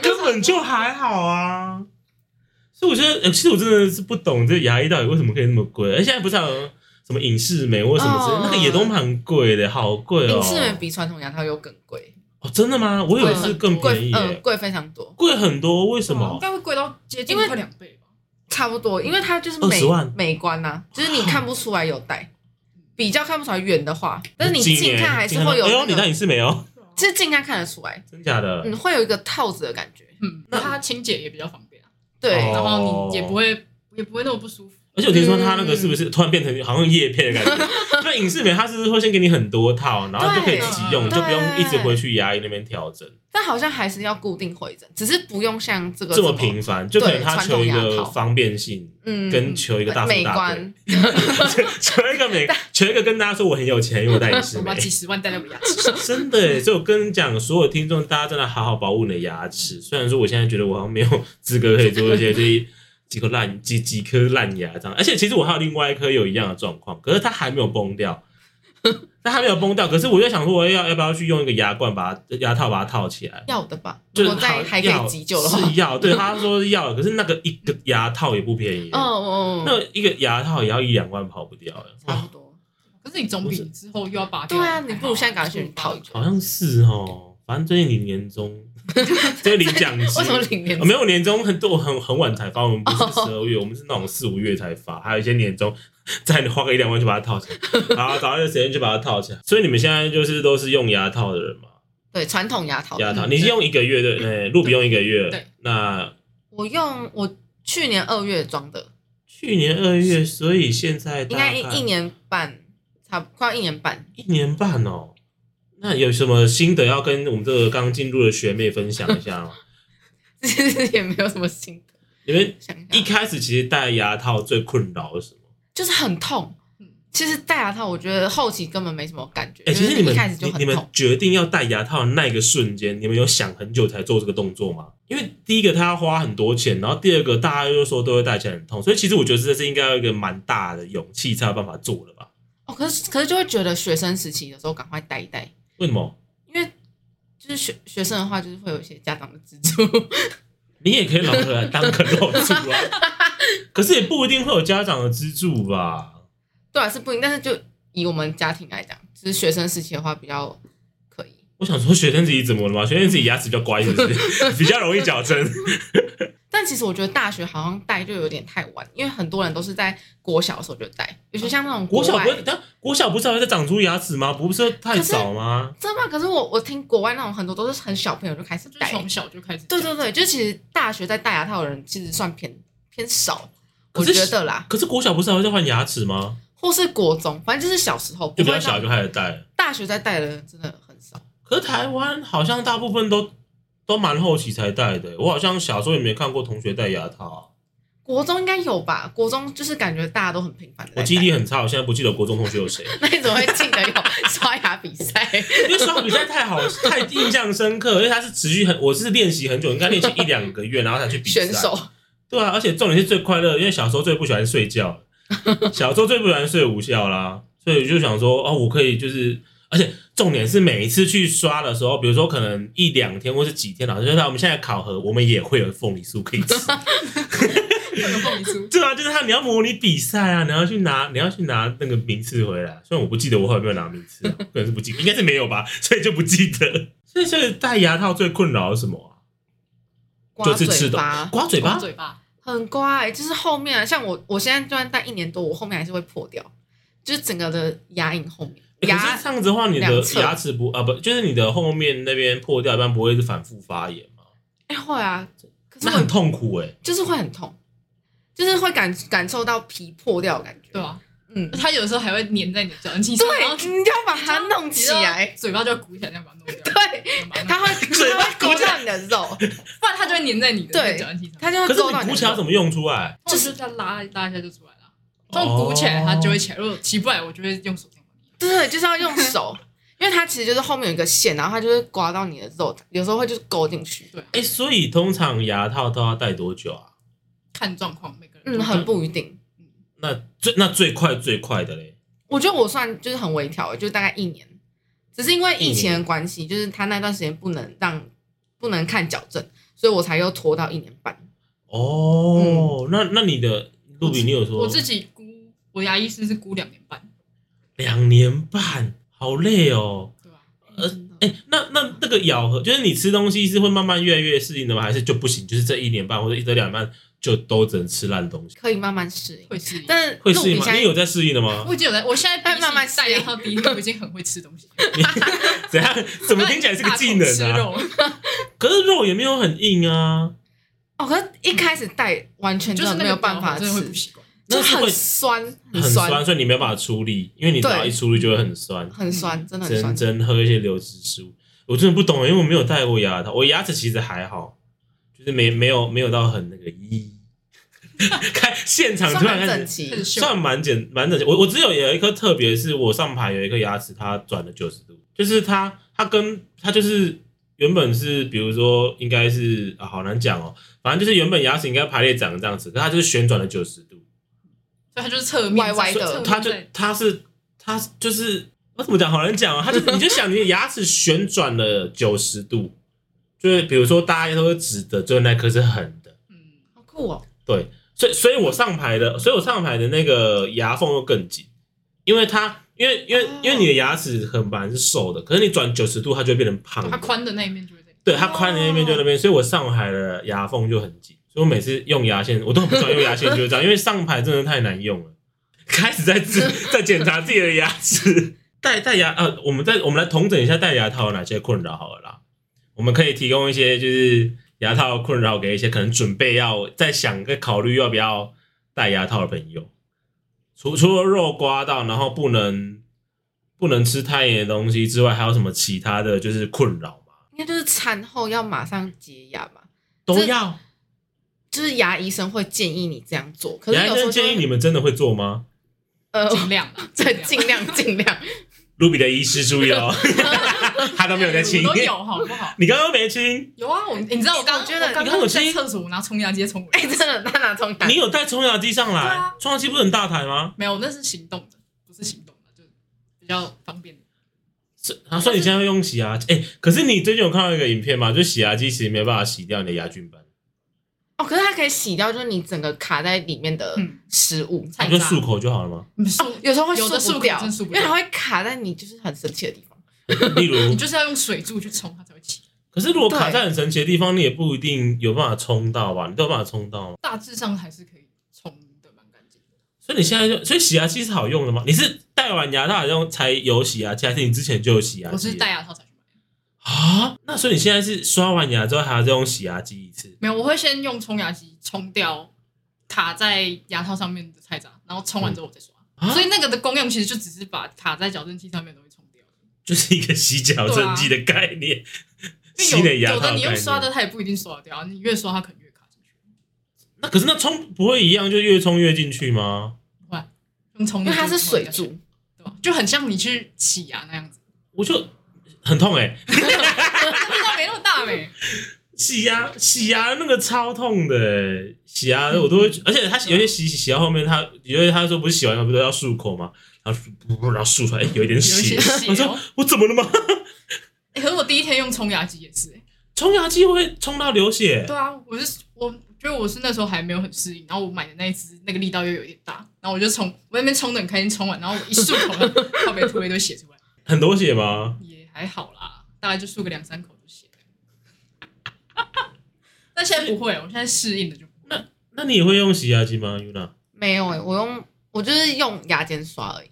Speaker 1: 根本就还好啊。所以我觉得，呃其实我真的是不懂这牙医到底为什么可以那么贵，而现在不是还有什么影视美或什么之类，
Speaker 3: 哦
Speaker 1: 那个也都蛮贵的，好贵哦。
Speaker 3: 影视美比传统牙套又更贵，
Speaker 1: 哦，真的吗？我以为是更便宜
Speaker 3: 贵，嗯，
Speaker 1: 耶，
Speaker 3: 贵非常多，哦
Speaker 1: 贵很多，为什
Speaker 2: 应
Speaker 1: 么？
Speaker 2: 该会贵到接近
Speaker 3: 因为
Speaker 2: 快两倍吧？
Speaker 3: 差不多，因为它就是美
Speaker 1: 20万
Speaker 3: 美观呐，就是你看不出来有 戴，比较看不出来远的话，但是你
Speaker 1: 近
Speaker 3: 近
Speaker 1: 耶
Speaker 3: 看还是
Speaker 1: 近
Speaker 3: 会有
Speaker 1: 哎呦，
Speaker 3: 那
Speaker 1: 你看
Speaker 3: 个，
Speaker 1: 影视美哦，
Speaker 3: 其实近看看得出来，
Speaker 1: 真假的？
Speaker 3: 嗯，会有一个套子的感觉，
Speaker 2: 嗯，那它清洁也比较方便啊，
Speaker 3: 对
Speaker 1: 哦，
Speaker 2: 然后你也不会也不会那么不舒服。
Speaker 1: 而且我听说他那个是不是突然变成好像叶片的感 觉？那影视美它是不是会先给你很多套，然后就可以
Speaker 3: 对啊
Speaker 1: 急用，
Speaker 2: 嗯
Speaker 1: 你就不用一直
Speaker 3: 对
Speaker 1: 回去牙医那边调整。
Speaker 3: 但好像还是要固定回诊，只是不用像这个
Speaker 1: 这么
Speaker 3: 什
Speaker 1: 频繁，就可能
Speaker 3: 对
Speaker 1: 他
Speaker 3: 传
Speaker 1: 求
Speaker 3: 统
Speaker 1: 一
Speaker 3: 牙
Speaker 1: 个
Speaker 3: 套
Speaker 1: 方便性，
Speaker 3: 嗯
Speaker 1: 跟求一个大富
Speaker 3: 美
Speaker 1: 大贵，
Speaker 3: 观，
Speaker 1: 求一个 美，求一个跟大家说我很有钱，因为我戴隐适
Speaker 2: 我
Speaker 1: 美
Speaker 2: 把，几十万戴在我牙齿上，
Speaker 1: 真的耶。所以我跟你讲，所有听众，大家真的好好保护你的牙齿。虽然说我现在觉得我好像没有资格可以做一些这一几颗烂几几颗烂牙这样，而且其实我还有另外一颗有一样的状况，可是它还没有崩 掉。它还没有崩掉，可是我就想说，我要要不要去用一个牙冠把它牙套把它套起来？
Speaker 3: 要的吧？
Speaker 1: 就
Speaker 3: 如
Speaker 1: 是
Speaker 3: 果在
Speaker 1: 好
Speaker 3: 还可
Speaker 1: 要
Speaker 3: 以急救的话，
Speaker 1: 是要对他说是要，可是那个一个牙套也不便宜，
Speaker 3: 嗯嗯嗯，
Speaker 1: 那一个牙套也要一两万跑不掉欸了，
Speaker 3: 差不
Speaker 1: 哇
Speaker 3: 多。
Speaker 2: 可是你总比你之后又要拔掉
Speaker 3: 对
Speaker 2: 还
Speaker 3: 啊，
Speaker 2: 好。
Speaker 3: 你不如现在赶快去套一
Speaker 1: 好
Speaker 3: 圈。
Speaker 1: 像是哦。反正最近领年 终，这个领奖金，
Speaker 3: 为什么领哦年
Speaker 1: 哦？没有年终很多很很晚才发，我们不是十二月，我们是那种四五月才发，还有一些年终， 再花个一两万就把它套起 来，然后找一个时间就把它套起来。所以你们现在就是都是用牙套的人嘛？
Speaker 3: 对，传统牙套。
Speaker 1: 牙套，
Speaker 2: 嗯
Speaker 1: 你是用一个月对？呃，露比用一个月，
Speaker 2: 对，
Speaker 1: 那
Speaker 3: 我用我去年二月装的，
Speaker 1: 去年二月，所以现在
Speaker 3: 应
Speaker 1: 大
Speaker 3: 该
Speaker 1: 概
Speaker 3: 一一年半，差不快要一年半。
Speaker 1: 一年半哦。那有什么心得要跟我们这个刚进入的学妹分享一 下吗？
Speaker 3: 其实也没有什么心得，
Speaker 1: 你们
Speaker 3: 想一
Speaker 1: 一
Speaker 3: 下，
Speaker 1: 开始其实戴牙套最困扰的是什么？
Speaker 3: 就是很痛
Speaker 2: 嗯。
Speaker 3: 其实戴牙套，我觉得后期根本没什么感觉，
Speaker 1: 哎、其
Speaker 3: 因
Speaker 1: 实
Speaker 3: 为
Speaker 1: 你们
Speaker 3: 一开始就
Speaker 1: 你
Speaker 3: 很
Speaker 1: 你们
Speaker 3: 痛。
Speaker 1: 决定要戴牙套的那一个瞬间，你们有想很久才做这个动作吗？因为第一个他要花很多钱，然后第二个大家又说都会戴起来很痛，所以其实我觉得这是应该要一个蛮大的勇气才有办法做的吧？
Speaker 3: 哦，可是可是就会觉得学生时期的时候赶快戴一戴，
Speaker 1: 为什么？
Speaker 3: 因为就是学学生的话，就是会有一些家长的资助。
Speaker 1: 你也可以老了来当个肉柱啊， 可是也不一定会有家长的资助吧？
Speaker 3: 对啊，是不行，但是就以我们家庭来讲，就是学生时期的话比较可以。
Speaker 1: 我想说，学生自己怎么了吗？学生自己牙齿比较乖，是不 是？比较容易矫正。
Speaker 3: 但其实我觉得大学好像戴就有点太晚，因为很多人都是在国小的时候就戴，尤其像那种
Speaker 1: 国小
Speaker 3: 外
Speaker 1: 不是，但国小不是还会再长出牙齿吗？不是太早吗？
Speaker 3: 真的吗？可是我我听国外那种很多都是很小朋友就开始
Speaker 2: 就是
Speaker 3: 戴，
Speaker 2: 从小就开始。
Speaker 3: 对对对，就其实大学在戴牙套的人其实算偏偏少，
Speaker 1: 可
Speaker 3: 我
Speaker 1: 是
Speaker 3: 觉得啦，
Speaker 1: 可是国小不是还会再换牙齿吗？
Speaker 3: 或是国中，反正就是小时候，
Speaker 1: 就
Speaker 3: 不
Speaker 1: 比
Speaker 3: 会啊
Speaker 1: 较小就
Speaker 3: 到
Speaker 1: 开始戴。
Speaker 3: 大学在戴的人真的很少。
Speaker 1: 可是台湾好像大部分都都蛮后期才戴的，我好像小时候也没看过同学戴牙套 啊、
Speaker 3: 国中应该有吧？国中就是感觉大家都很频繁的。
Speaker 1: 我记忆力很差，我现在不记得国中同学有谁，
Speaker 3: 那你怎么会记得有刷牙比赛？
Speaker 1: 因为双比赛太 好，太印象深刻，而且它是持续很，我是练习很久，应该练习一两个月，然后才去比赛。
Speaker 3: 选手
Speaker 1: 对啊，而且重点是最快乐，因为小时候最不喜欢睡 觉，小时候最不喜欢睡午觉啦，所以就想说，哦，我可以就是，而且重点是每一次去刷的时候，比如说可能一两天或是几天，老师就说我们现在考核，我们也会有凤梨酥可以 吃。
Speaker 2: 有凤梨酥，
Speaker 1: 对啊，就是他，你要模拟比赛啊，你要去拿，你要去拿那个 名次回来。虽然我不记得我后来有没有拿名次、啊，可能是不记，应该是没有吧，所以就不记得。现在戴牙套最困扰的是什么啊？
Speaker 3: 刮
Speaker 1: 啊就是
Speaker 3: 嘴
Speaker 1: 吃东
Speaker 3: 巴，
Speaker 1: 刮嘴巴，
Speaker 2: 嘴巴，
Speaker 3: 很刮、欸，就是后面、啊、像我，我现在就算戴一年多，我后面还是会破掉，就是整个的牙龈后面
Speaker 1: 欸可
Speaker 3: 牙
Speaker 1: 是这样子的话，你的
Speaker 3: 两侧
Speaker 1: 牙齿不啊不，就是你的后面那边破掉一般不会是反复发炎吗？
Speaker 3: 哎、会啊，可是
Speaker 1: 那
Speaker 3: 我
Speaker 1: 很痛苦哎、
Speaker 3: 就是会很痛，就是会感感受到皮破掉的感觉。
Speaker 1: 啊
Speaker 2: 对，吧？
Speaker 3: 嗯，
Speaker 2: 它有时候还会粘在你的脚筋上，然后
Speaker 3: 对，你就要把它弄起来，，
Speaker 2: 嘴巴就要鼓起来，这样把它弄掉，
Speaker 3: 对，
Speaker 2: 对
Speaker 3: 它
Speaker 2: 它
Speaker 3: 会
Speaker 1: 嘴巴
Speaker 3: 它会勾到你的肉，
Speaker 2: 不然它就会粘在你的那
Speaker 3: 对
Speaker 2: 个脚筋上。哦
Speaker 3: 它就会
Speaker 1: 可是
Speaker 3: 勾到
Speaker 1: 你
Speaker 3: 你
Speaker 1: 鼓
Speaker 3: 的
Speaker 1: 起来要
Speaker 3: 肉。
Speaker 1: 怎么用出来？
Speaker 2: 就
Speaker 3: 就是
Speaker 2: 是再拉拉一下就出来了。这种鼓起来
Speaker 1: 哦
Speaker 2: 它就会起来，如果起不来，我就会用手这样
Speaker 3: 对，就是要用手， 因为它其实就是后面有一个线，然后它就会刮到你的肉，有时候会就是勾进去。
Speaker 1: 哎、所以通常牙套都要戴多久啊？
Speaker 2: 看状况，每个人
Speaker 3: 嗯，
Speaker 2: 就
Speaker 3: 很不一定。
Speaker 1: 那最那最快最快的嘞？
Speaker 3: 我觉得我算就是很微调，欸就是大概一年，只是因为疫
Speaker 1: 一
Speaker 3: 情
Speaker 1: 年
Speaker 3: 的关系，就是他那段时间不能让不能看矫正，所以我才又拖到一年半。
Speaker 1: 哦，
Speaker 3: 嗯
Speaker 1: 那那你的露比，你有说
Speaker 2: 我自己估，我牙医师是估两年半，
Speaker 1: 两年半，好累哦。
Speaker 2: 对吧？
Speaker 1: 呃哎、那那那个咬合，就是你吃东西是会慢慢越来越适应的吗？还是就不行？就是这一年半或者一这两年半就都只能吃烂东西？
Speaker 3: 可以慢慢适应，
Speaker 2: 会适应。
Speaker 3: 但
Speaker 1: 会
Speaker 3: 录
Speaker 1: 适应
Speaker 3: 比
Speaker 1: 吗？
Speaker 3: 现
Speaker 1: 你
Speaker 3: 在
Speaker 1: 有在适应的吗？
Speaker 2: 我已经有在，我现在比起
Speaker 3: 慢慢适
Speaker 2: 戴
Speaker 3: 应
Speaker 2: 牙套第一，我已经很会吃东 西。
Speaker 1: 怎样？怎么听起来是个技能
Speaker 2: 大
Speaker 1: 啊？
Speaker 2: 口 吃肉，
Speaker 1: 可是肉也没有很硬啊，
Speaker 3: 哦，可是一开始戴完全
Speaker 2: 就
Speaker 3: 真
Speaker 2: 是
Speaker 3: 的
Speaker 2: 那
Speaker 3: 没有
Speaker 2: 个
Speaker 3: 办
Speaker 2: 咬
Speaker 3: 法
Speaker 2: 合真的会不
Speaker 3: 吃，
Speaker 2: 习惯。
Speaker 1: 那
Speaker 3: 就是
Speaker 1: 会
Speaker 3: 很酸，
Speaker 1: 很
Speaker 3: 酸，
Speaker 1: 酸，所以你没有办法出力，因为你只要
Speaker 3: 对
Speaker 1: 一出力就会很酸。
Speaker 3: 很酸，真的很
Speaker 1: 真
Speaker 3: 酸。
Speaker 1: 真喝一些流质食物，我真的不懂，因为我没有戴过牙套，我牙齿其实还好，就是没没有没有到很那个一。 开现场
Speaker 3: 算
Speaker 1: 突然
Speaker 3: 蛮
Speaker 1: 开
Speaker 3: 整
Speaker 1: 始
Speaker 2: 开始
Speaker 3: 齐，
Speaker 2: 秀，
Speaker 1: 算蛮简蛮整齐。我我只有有一颗特别，是我上排有一颗牙齿，它转了九十度，就是它它跟它就是原本是比如说应该是啊好难讲哦，反正就是原本牙齿应该排列长这样子，可它就是旋转了九十度，
Speaker 2: 所以它就是侧面
Speaker 3: 歪歪的
Speaker 2: 侧面
Speaker 1: 它就
Speaker 2: 在
Speaker 1: 它是它就是我怎么讲好难讲啊，它就你就想你的牙齿旋转了九十度，就是比如说大家都是直的，最后那颗是横的。
Speaker 2: 嗯，
Speaker 3: 好酷哦！
Speaker 1: 对，所以所以我上排的，所以我上排的那个牙缝又更紧，因为它因为因为、
Speaker 3: 哦
Speaker 1: 因为你的牙齿很本来是瘦的，可是你转九十度它就会变成胖
Speaker 2: 它
Speaker 1: 的，
Speaker 2: 宽的那一面就会在。
Speaker 1: 对，它宽的那边就那边，所以我上排的牙缝就很紧，所以我每次用牙线我都很不喜欢用牙线，就是这样，因为上排真的太难用了， 开始在自 在检查自己的牙齿。戴戴牙呃，我们再我们来统整一下戴牙套有哪些困扰好了啦。我们可以提供一些就是牙套的困扰给一些可能准备要在想在考虑要不要戴牙套的朋友。除除了肉刮到，然后不能不能吃太硬的东西之外，还有什么其他的就是困扰吗？
Speaker 3: 应该就是产后要马上洁牙吧，
Speaker 1: 都
Speaker 3: 这
Speaker 1: 要。
Speaker 3: 就是牙医生会建议你这样做，可是
Speaker 1: 牙医
Speaker 3: 有时
Speaker 1: 生
Speaker 3: 候就会
Speaker 1: 建议你们真的会做吗？
Speaker 3: 呃，
Speaker 2: 尽量啦，
Speaker 3: 对，
Speaker 2: 量
Speaker 3: 尽量尽量，
Speaker 1: 卢比的医师注意 哦，他都没有在亲
Speaker 2: 我，都有好不 好？
Speaker 1: 你刚刚没亲，
Speaker 2: 有啊，我你知道我刚
Speaker 3: 我觉得
Speaker 2: 我刚
Speaker 1: 你看我
Speaker 2: 刚
Speaker 1: 声
Speaker 2: 在
Speaker 1: 音
Speaker 2: 厕所，我拿冲牙机冲我，
Speaker 3: 哎，真的，他拿冲打
Speaker 1: 你有带冲牙机上
Speaker 2: 对
Speaker 1: 来
Speaker 2: 啊？
Speaker 1: 冲牙机不是很大台吗？
Speaker 2: 没有，那是行动的，不是行动的，就比较方便。
Speaker 1: 是，啊，所以你现在会用洗牙机？哎，可是你最近有看到一个影片吗？就洗牙机其实没办法洗掉你的牙菌斑，
Speaker 3: 哦，可是它可以洗掉，就是你整个卡在里面的
Speaker 2: 嗯
Speaker 3: 食物。
Speaker 2: 太
Speaker 1: 你就
Speaker 2: 渣
Speaker 1: 漱口就好了 吗？
Speaker 3: 哦，有时候会
Speaker 2: 有的
Speaker 3: 漱
Speaker 2: 漱口
Speaker 3: 掉，
Speaker 2: 真漱
Speaker 3: 因
Speaker 2: 不
Speaker 3: 为它
Speaker 2: 掉嗯
Speaker 3: 会卡在你就是很神奇的地方。
Speaker 1: 例如
Speaker 2: 你，就是要用水柱去冲它才会起。
Speaker 1: 可是如果卡
Speaker 3: 对
Speaker 1: 在很神奇的地方，你也不一定有办法冲到吧？你都有办法冲到吗？
Speaker 2: 大致上还是可以冲的蛮干净的。
Speaker 1: 所以你现在就，所以洗牙机是好用的吗？你是戴完牙套用才有洗牙机，还是你之前就有洗牙啊机？
Speaker 2: 我是戴牙套才去买的，
Speaker 1: 啊，那所以你现在是刷完牙之后还要再用洗牙机一次？
Speaker 2: 没有，我会先用冲牙机冲掉卡在牙套上面的菜渣，然后冲完之后我再刷。
Speaker 1: 啊
Speaker 2: 所以那个的功用其实就只是把卡在矫正器上面的东西冲掉。
Speaker 1: 就是一个洗矫正剂的概念，洗
Speaker 2: 因
Speaker 1: 你的
Speaker 2: 啊为有
Speaker 1: 牙
Speaker 2: 有
Speaker 1: 套
Speaker 2: 的你
Speaker 1: 概
Speaker 2: 用刷
Speaker 1: 念。
Speaker 2: 的，它也不一定刷得掉，你越刷它可能越卡进去。
Speaker 1: 那可是那冲不会一样，就越冲越进去吗？
Speaker 2: 用冲
Speaker 3: 因
Speaker 2: 的
Speaker 3: 为它是
Speaker 2: 就是冲
Speaker 3: 水
Speaker 2: 得掉
Speaker 3: 柱，
Speaker 2: 对吧？就很像你去洗牙那样子，
Speaker 1: 我就很痛哎、
Speaker 2: 但力道 没那么大没。
Speaker 1: 洗牙洗牙那个超痛的、欸，洗牙我 都会，而且他有些洗洗洗到后面，他有些他说不是洗完以后不都要漱口吗？然后漱然后漱出来、欸有一点
Speaker 2: 有一
Speaker 1: 血，
Speaker 2: 些血
Speaker 1: 我说
Speaker 2: 哦
Speaker 1: 我怎么了吗？
Speaker 2: 欸可是我第一天用冲牙机也是、欸，
Speaker 1: 冲牙机会冲到流血，
Speaker 2: 对啊，我是我觉得我是那时候还没有很适应，然后我买的那一只那个力道又有点大，然后我就冲，我在那边冲的很开心，冲完，然后我一漱口，然后被吐了一堆血出来，
Speaker 1: 很多血吗？
Speaker 2: 也还好啦，大概就输个两三口就写了。 但现在不会，我现在适应了就不会。
Speaker 1: 那你也会用洗牙机吗，Yuna？
Speaker 3: 没有哎、我用我就是用牙尖刷而已，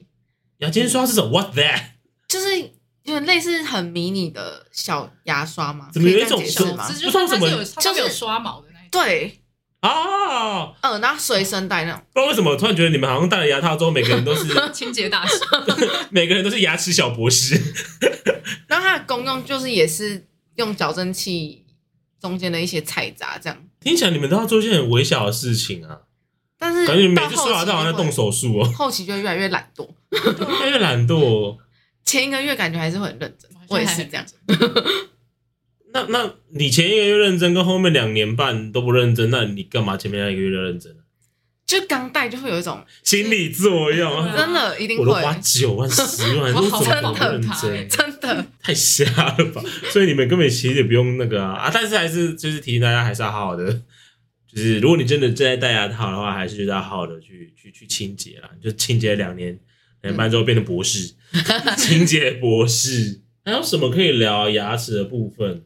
Speaker 1: 牙尖刷是什么？What that？
Speaker 3: 就是有点类似很迷你的小牙刷嘛，
Speaker 1: 怎么有
Speaker 3: 可以这样
Speaker 1: 一种
Speaker 3: 解
Speaker 1: 手
Speaker 3: 释吗
Speaker 2: 只？
Speaker 1: 不
Speaker 2: 是
Speaker 1: 知道
Speaker 2: 就
Speaker 1: 为
Speaker 2: 是
Speaker 1: 什
Speaker 2: 它
Speaker 1: 么
Speaker 2: 是有它
Speaker 3: 啊就是
Speaker 2: 是有刷毛的那一种，
Speaker 3: 对，
Speaker 1: 哦，
Speaker 3: 嗯，然后随身带那种，
Speaker 1: 不知道为什么突然觉得你们好像戴了牙套之后，每个人都是
Speaker 2: 清洁大师。
Speaker 1: 每个人都是牙齿小博士。
Speaker 3: 然后它的功用就是也是用矫正器中间的一些菜杂这样，
Speaker 1: 听起来你们都要做一些很微小的事情啊，
Speaker 3: 但是
Speaker 1: 感觉你每
Speaker 3: 到
Speaker 1: 次刷牙
Speaker 3: 后
Speaker 1: 都好像在动
Speaker 3: 期
Speaker 1: 手术哦，
Speaker 3: 就后期就会越来越懒惰，
Speaker 1: 越来越懒惰哦。
Speaker 3: 前一个月感觉还是会很认真，我也是这样，。
Speaker 1: 那那你前一个月认真，跟后面两年半都不认真，那你干嘛前面那一个月就认真？
Speaker 3: 就刚戴就会有一种
Speaker 1: 心理作用，
Speaker 2: 对啊
Speaker 3: 真的一定
Speaker 1: 嗯我都花
Speaker 3: 会，
Speaker 1: 九万、十万，
Speaker 2: 我
Speaker 1: 你
Speaker 2: 好
Speaker 1: 怎么不
Speaker 3: 真的
Speaker 1: 认
Speaker 2: 怕欸
Speaker 1: 真？
Speaker 3: 真的
Speaker 1: 太瞎了吧！ 所以你们根本其实也不用那个啊啊，但是还是就是提醒大家，还是要好好的，就是如果你真的正在戴牙套的话，还是就是要好好的去去去清洁啦，就清洁两年两年半之后变成博士，清洁博士。还有什么可以聊牙齿的部分？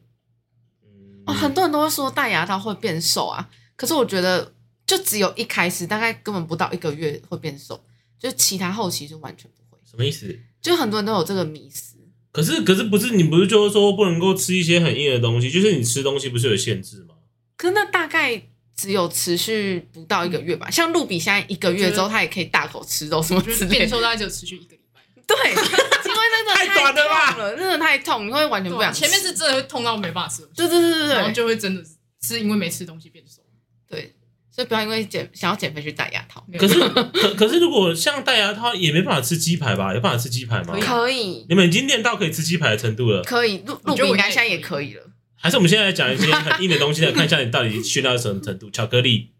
Speaker 1: 嗯
Speaker 3: 哦，很多人都会说戴牙套会变瘦啊，可是我觉得就只有一开始，大概根本不到一个月会变瘦，就其他后期就完全不会。
Speaker 1: 什么意思？
Speaker 3: 就很多人都有这个迷思，
Speaker 1: 可是可是不是你不是就是说不能够吃一些很硬的东西？就是你吃东西不是有限制吗？
Speaker 3: 可是那大概只有持续不到一个月吧。像露比现在一个月之后，他也可以大口吃肉什么
Speaker 2: 我觉
Speaker 3: 之类
Speaker 2: 得变
Speaker 3: 的。
Speaker 2: 瘦大概只有持续一个礼拜。
Speaker 3: 对， 因为那个
Speaker 1: 太短了吧
Speaker 3: 痛了，那个太痛，你会完全不
Speaker 2: 对啊，
Speaker 3: 想吃。
Speaker 2: 前面是真的会痛到没办法吃东西，
Speaker 3: 对对对
Speaker 2: 然后
Speaker 3: 对对
Speaker 2: 就会真的是是因为没吃东西变瘦。
Speaker 3: 对，所以不要因为减想要减肥去戴牙套，
Speaker 2: 没有
Speaker 1: 可是可可是如果像戴牙套也没办法吃鸡排吧？有办法吃鸡排吗
Speaker 2: 可？以
Speaker 3: 可以啊
Speaker 1: 你们已经练到可以啊吃鸡排的程度了，
Speaker 3: 可以，露露
Speaker 2: 我
Speaker 3: 比
Speaker 2: 觉得我
Speaker 3: 应
Speaker 2: 应该
Speaker 3: 该现在也
Speaker 2: 也
Speaker 3: 可
Speaker 2: 可以
Speaker 3: 以了。
Speaker 1: 还是我们现在来讲一些很硬的东西，来看一下你到底训到什么 程度？巧克力、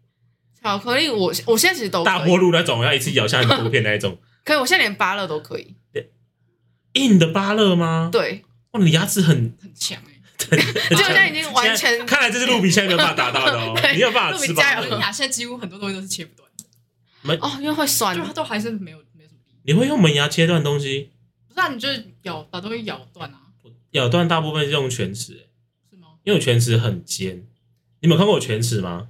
Speaker 3: 巧克力我我现在其实都
Speaker 1: 大
Speaker 3: 可
Speaker 1: 波
Speaker 3: 以，
Speaker 1: 露那种，要一次咬下一多片那一种，
Speaker 3: 可以我现在连芭乐都可以。
Speaker 1: 硬的芭乐吗？
Speaker 3: 对，
Speaker 1: 哇，你牙齿很，
Speaker 2: 很强哎，
Speaker 1: 很
Speaker 3: 就现在
Speaker 1: 强
Speaker 3: 已经完
Speaker 1: 现
Speaker 3: 全，
Speaker 1: 在看来这是露比现在没有办法达到的哦
Speaker 3: 对
Speaker 1: 你有办法
Speaker 3: 露比
Speaker 1: 吃芭
Speaker 3: 加油
Speaker 1: 乐
Speaker 2: 门？牙现在几乎很多东西都是切不断，
Speaker 3: 哦，因为会酸
Speaker 2: 就，它都还是没有没有什么力。
Speaker 1: 你会用门牙切断东西？
Speaker 2: 不是啊，你就是咬把东西咬断啊，
Speaker 1: 咬断大部分是用犬齿，
Speaker 2: 是吗？
Speaker 1: 因为我犬齿很尖。你们有看过我犬齿吗？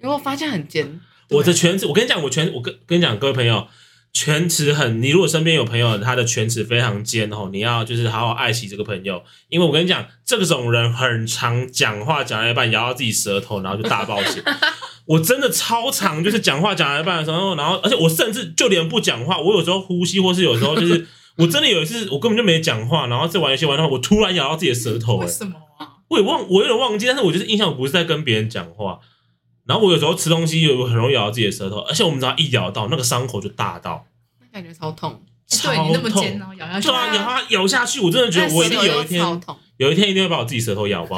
Speaker 3: 因为我发现很尖。
Speaker 2: 对
Speaker 1: 我的犬齿，我跟你讲，我犬，我跟跟你讲，各位朋友，犬齿很，你如果身边有朋友他的犬齿非常尖哦，你要就是好好爱惜这个朋友，因为我跟你讲，这种人很常讲话讲到一半咬到自己舌头，然后就大爆血。 我真的超常，就是讲话讲到一半的时候，然后而且我甚至就连不讲话，我有时候呼吸或是有时候就是。 我真的有一次，我根本就没讲话，然后在玩游戏玩到我突然咬到自己的舌头、
Speaker 2: 为
Speaker 1: 欸，
Speaker 2: 什么啊？
Speaker 1: 我也忘，我有点忘记，但是我就是印象我不是在跟别人讲话。然后我有时候吃东西，有很容易咬到自己的舌头，而且我们只要一咬到，那个伤口就大到
Speaker 3: 那感觉超痛，
Speaker 2: 哎
Speaker 1: 超
Speaker 2: 对你那么尖，
Speaker 1: 痛。
Speaker 2: 然后咬下去，
Speaker 1: 对啊，咬它咬下去，我真的
Speaker 3: 哎
Speaker 1: 觉得我一定
Speaker 3: 但舌
Speaker 1: 有
Speaker 3: 头
Speaker 1: 一
Speaker 3: 又超
Speaker 1: 天，
Speaker 3: 痛，
Speaker 1: 有一天一定会把我自己舌头咬爆。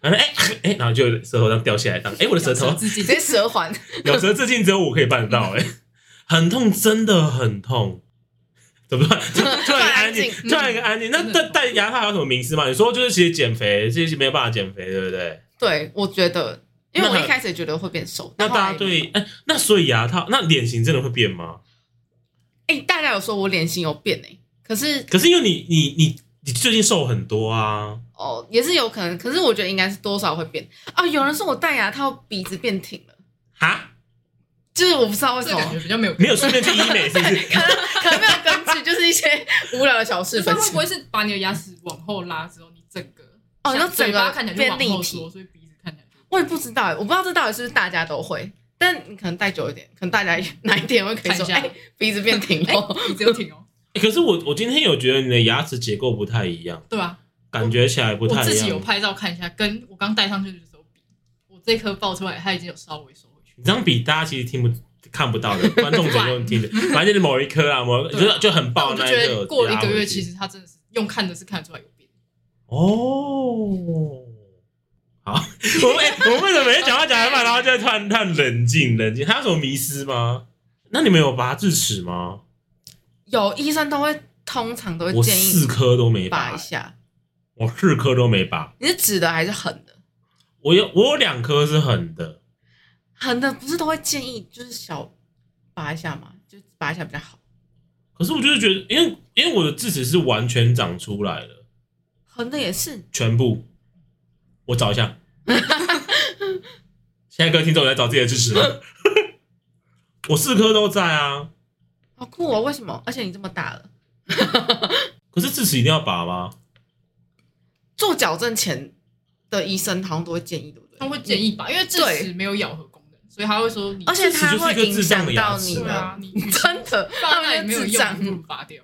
Speaker 1: 然后哎哎，然后就舌头上掉下来，当哎我的舌头
Speaker 2: 咬自己
Speaker 3: 直接舌环。
Speaker 1: 咬舌自尽只有我可以办得到，哎，很痛，真的很痛。怎么办？突然安静，
Speaker 3: 突然安静
Speaker 1: 突然一个安静。那
Speaker 2: 真的
Speaker 1: 戴
Speaker 2: 很痛
Speaker 1: 戴牙套还有什么名思吗？你说就是其实减肥，这些没有办法减肥，对不对？
Speaker 3: 对，我觉得，因为
Speaker 1: 那
Speaker 3: 我一开始也觉得会变瘦，
Speaker 1: 那
Speaker 3: 但后来
Speaker 1: 大家对，哎、那所以牙套，那脸型真的会变吗？
Speaker 3: 哎、大家有说我脸型有变哎、可是
Speaker 1: 可是因为你你你你最近瘦很多啊，
Speaker 3: 哦也是有可能，可是我觉得应该是多少会变啊、有人说我戴牙套鼻子变挺了，
Speaker 1: 哈，
Speaker 3: 就是我不知道为
Speaker 2: 这
Speaker 3: 什
Speaker 2: 个
Speaker 3: 么，
Speaker 2: 感觉比较没有
Speaker 1: 没有顺便去医美是不 是？
Speaker 3: 可能可能没有根据，就是一些无聊的小事
Speaker 2: 是
Speaker 3: 分
Speaker 2: 它会
Speaker 3: 享
Speaker 2: 不。会是把你的牙齿往后拉之后，你整个
Speaker 3: 哦那整个
Speaker 2: 嘴巴看起来就往
Speaker 3: 变立
Speaker 2: 后
Speaker 3: 体
Speaker 2: 缩，所以鼻子看起来就
Speaker 3: 我也不知道欸，我不知道这到底是不是大家都会，但你可能戴久一点，可能大家哪一天会可以
Speaker 2: 看一
Speaker 3: 说，
Speaker 2: 下
Speaker 3: 哎、鼻子变挺了。
Speaker 2: 鼻子又挺哦，
Speaker 1: 欸可是我我今天有觉得你的牙齿结构不太一样，
Speaker 2: 对吧？
Speaker 1: 感觉起来不
Speaker 2: 我
Speaker 1: 太
Speaker 2: 自
Speaker 1: 一
Speaker 2: 己有
Speaker 1: 样。
Speaker 2: 拍照看一下，跟我刚戴上去的时候比，我这颗爆出来，它已经有稍微收回去
Speaker 1: 你。这样比大家其实听不看不到的，观众只能 听的，反正就是某一颗啊，某
Speaker 2: 对啊
Speaker 1: 就就很
Speaker 2: 但
Speaker 1: 爆
Speaker 2: 我就
Speaker 1: 那
Speaker 2: 觉
Speaker 1: 一
Speaker 2: 得
Speaker 1: 个。
Speaker 2: 过了一个月，其
Speaker 1: 实
Speaker 2: 实它真的是用看的是看得出来有变。
Speaker 1: 哦。好， 我们、欸、我们为什么每次讲话讲一半，然后就会突然突然冷静冷静？还有什么迷失吗？那你们有拔智齿吗？
Speaker 3: 有医生都会，通常都会
Speaker 1: 我
Speaker 3: 建
Speaker 1: 四
Speaker 3: 议
Speaker 1: 颗都没
Speaker 3: 拔
Speaker 1: 拔
Speaker 3: 一，下。
Speaker 1: 我四颗都没拔。
Speaker 3: 你是直的还是横的？
Speaker 1: 我有我有两颗是横的，
Speaker 3: 横的不是都会建议就是小拔一下吗？就拔一下比较好。
Speaker 1: 可是我就是觉得，因为因为我的智齿是完全长出来的，
Speaker 3: 横的也是，
Speaker 1: 全部，我找一下。现在各位听众有在找自己的支持吗？我四颗都在啊，
Speaker 3: 好酷哦！为什么？而且你这么大了，
Speaker 1: 可是智齿一定要拔吗？
Speaker 3: 做矫正前的医生好像都会建议，对不对？
Speaker 2: 他会建议吧，因为智齿
Speaker 3: 对
Speaker 2: 没有咬合功能，所以他会说你
Speaker 3: 而且
Speaker 1: 智齿
Speaker 3: 它
Speaker 1: 就是一
Speaker 3: 会
Speaker 1: 个
Speaker 3: 影
Speaker 1: 智障
Speaker 3: 响
Speaker 1: 的牙
Speaker 3: 到
Speaker 1: 齿
Speaker 3: 你
Speaker 1: 啊
Speaker 2: 对啊，你
Speaker 3: 真的，
Speaker 2: 放
Speaker 3: 他
Speaker 2: 在那
Speaker 3: 们
Speaker 2: 里没
Speaker 3: 就
Speaker 2: 有
Speaker 3: 智
Speaker 2: 用，
Speaker 3: 障
Speaker 2: 不，如拔掉，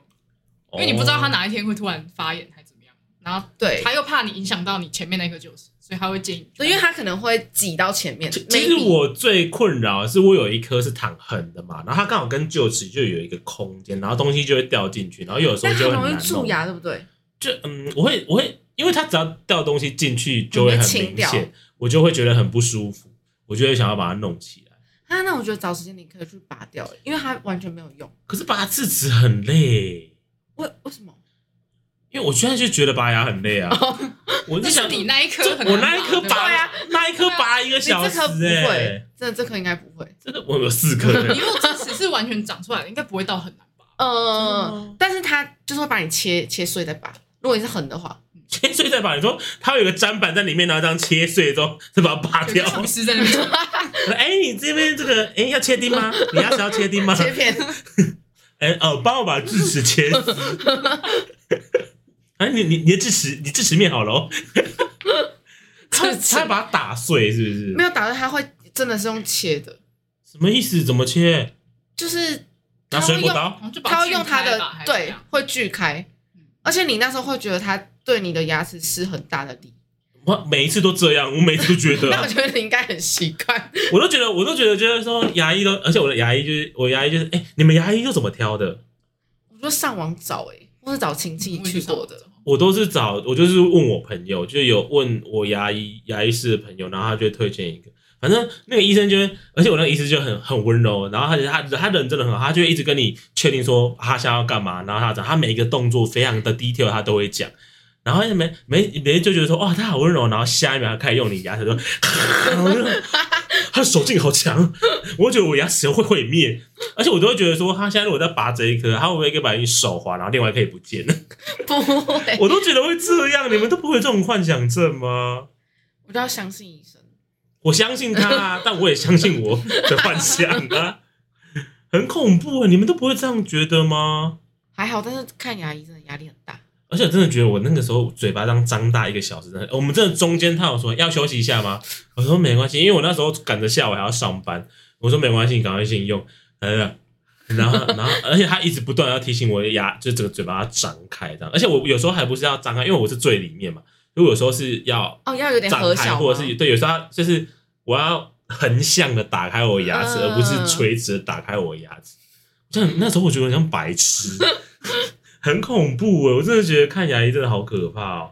Speaker 1: 哦
Speaker 2: 因为你不知道他哪一天会突然发炎还怎么样，然后
Speaker 3: 对，
Speaker 2: 他又怕你影响到你前面那颗臼齿，所以他会建议
Speaker 3: 对，
Speaker 2: 你。
Speaker 3: 因为他可能会挤到前面。
Speaker 1: 其其实
Speaker 3: maybe
Speaker 1: 我最困扰的是我有一颗是躺横的嘛，然后它刚好跟臼齿就有一个空间，然后东西就会掉进去，然后有时候
Speaker 3: 但
Speaker 1: 就
Speaker 3: 很
Speaker 1: 会很难
Speaker 3: 容
Speaker 1: 哦
Speaker 3: 易蛀
Speaker 1: 弄。
Speaker 3: 牙，对不对？
Speaker 1: 就嗯，我会我会，因为它只要掉东西进去就会
Speaker 3: 你会
Speaker 1: 很
Speaker 3: 清
Speaker 1: 明
Speaker 3: 掉
Speaker 1: 显，我就会觉得很不舒服，我就会想要把它弄起来。
Speaker 3: 啊，那我觉得找时间你可以去拔掉，因为它完全没有用。
Speaker 1: 可是拔智齿很累，
Speaker 3: 为为什么？
Speaker 1: 因为我现在就觉得拔牙很累啊。
Speaker 3: 哦
Speaker 1: 我就
Speaker 2: 那是
Speaker 1: 想
Speaker 2: 你那一颗
Speaker 1: 就
Speaker 2: 很难拔，
Speaker 1: 我那一颗
Speaker 2: 对
Speaker 1: 拔
Speaker 2: 吧
Speaker 3: 对啊
Speaker 1: 那一颗拔一个
Speaker 3: 你这
Speaker 1: 小时
Speaker 3: 颗不
Speaker 1: 哎、
Speaker 3: 会，真的这颗应该不会。
Speaker 1: 这个我有四 颗呢
Speaker 2: 你如果智齿是完全长出来的，应该不会到很难拔。
Speaker 1: 真的吗
Speaker 3: 呃，嗯但是它就是会把你切切碎再拔。如果你是横的 话，
Speaker 1: 切碎再拔。你说它有一个砧板在里面，然后这样切碎之后再把它拔
Speaker 2: 有
Speaker 1: 掉
Speaker 2: 个。厨师在那 边讲，
Speaker 1: 哎、你这边这个哎、要切丁吗？你牙齿要切丁吗？
Speaker 3: 切片，
Speaker 1: 哎、哦，帮我把智齿切 死。哎、你你你的智齿，你智齿面好了 哦。他
Speaker 3: 智齿
Speaker 1: 他要把它打碎是不是
Speaker 3: 没？有打断，它会真的是用切的，
Speaker 1: 什么意思？怎么切？
Speaker 3: 就是
Speaker 1: 拿
Speaker 3: 它
Speaker 1: 水
Speaker 3: 会
Speaker 1: 果
Speaker 3: 用，
Speaker 1: 刀？
Speaker 2: 就把
Speaker 3: 它会用
Speaker 2: 锯开
Speaker 3: 它的
Speaker 2: 吧还是怎
Speaker 3: 对
Speaker 2: 样
Speaker 3: 会锯开
Speaker 2: 嗯，
Speaker 3: 而且你那时候会觉得它对你的牙齿施很大的力。
Speaker 1: 我每一次都这样，我每一次都觉得
Speaker 3: 那
Speaker 1: 啊、
Speaker 3: 我觉得你应该很习惯，
Speaker 1: 我都觉得，我都觉得，觉得说牙医都，而且我的牙医就是，我牙医就是，哎、你们牙医又怎么挑的？
Speaker 3: 我就上网找哎、欸，或是找亲戚去过的。。
Speaker 1: 我都是找我就是问我朋友，就是有问我牙医牙医师的朋友，然后他就会推荐一个。反正那个医生就会，而且我那个医师就很很温柔，然后他就他他人真的很好，他就会一直跟你确定说他想要干嘛，然后他讲他每一个动作非常的 detail，他都会讲。然后每每每就觉得说哇他好温柔，然后下一秒他开始用你牙齿说，我就他的手劲好强，我觉得我牙齿会毁灭，而且我都会觉得说他现在如果在拔这一颗，他会不会可以把你手滑，然后另外一颗也不见了？
Speaker 3: 不会，
Speaker 1: 我都觉得会这样，你们都不会有这种幻想症吗？
Speaker 3: 我就要相信医生。
Speaker 1: 我相信他、啊，但我也相信我的幻想啊，很恐怖啊！你们都不会这样觉得吗？
Speaker 3: 还好，但是看牙医真的压力很大。
Speaker 1: 而且我真的觉得我那个时候嘴巴这样张大一个小时，真的，我们真的中间他有说要休息一下吗？我说没关系，因为我那时候赶着下午还要上班，我说没关系，你赶快先用。呃，然后然后，而且他一直不断地要提醒我的牙，就整个嘴巴要张开这样，而且我有时候还不是要张开，因为我是最里面嘛，所以我有时候是要
Speaker 3: 哦，要有点
Speaker 1: 展
Speaker 3: 合
Speaker 1: 开，
Speaker 3: 小吗，
Speaker 1: 或者是对，有时候它就是我要横向的打开我牙齿，
Speaker 3: 嗯
Speaker 1: 而不是垂直的打开我牙齿。这样那时候我觉得很像白 痴，很恐怖哎！我真的觉得看牙医真的好可怕哦。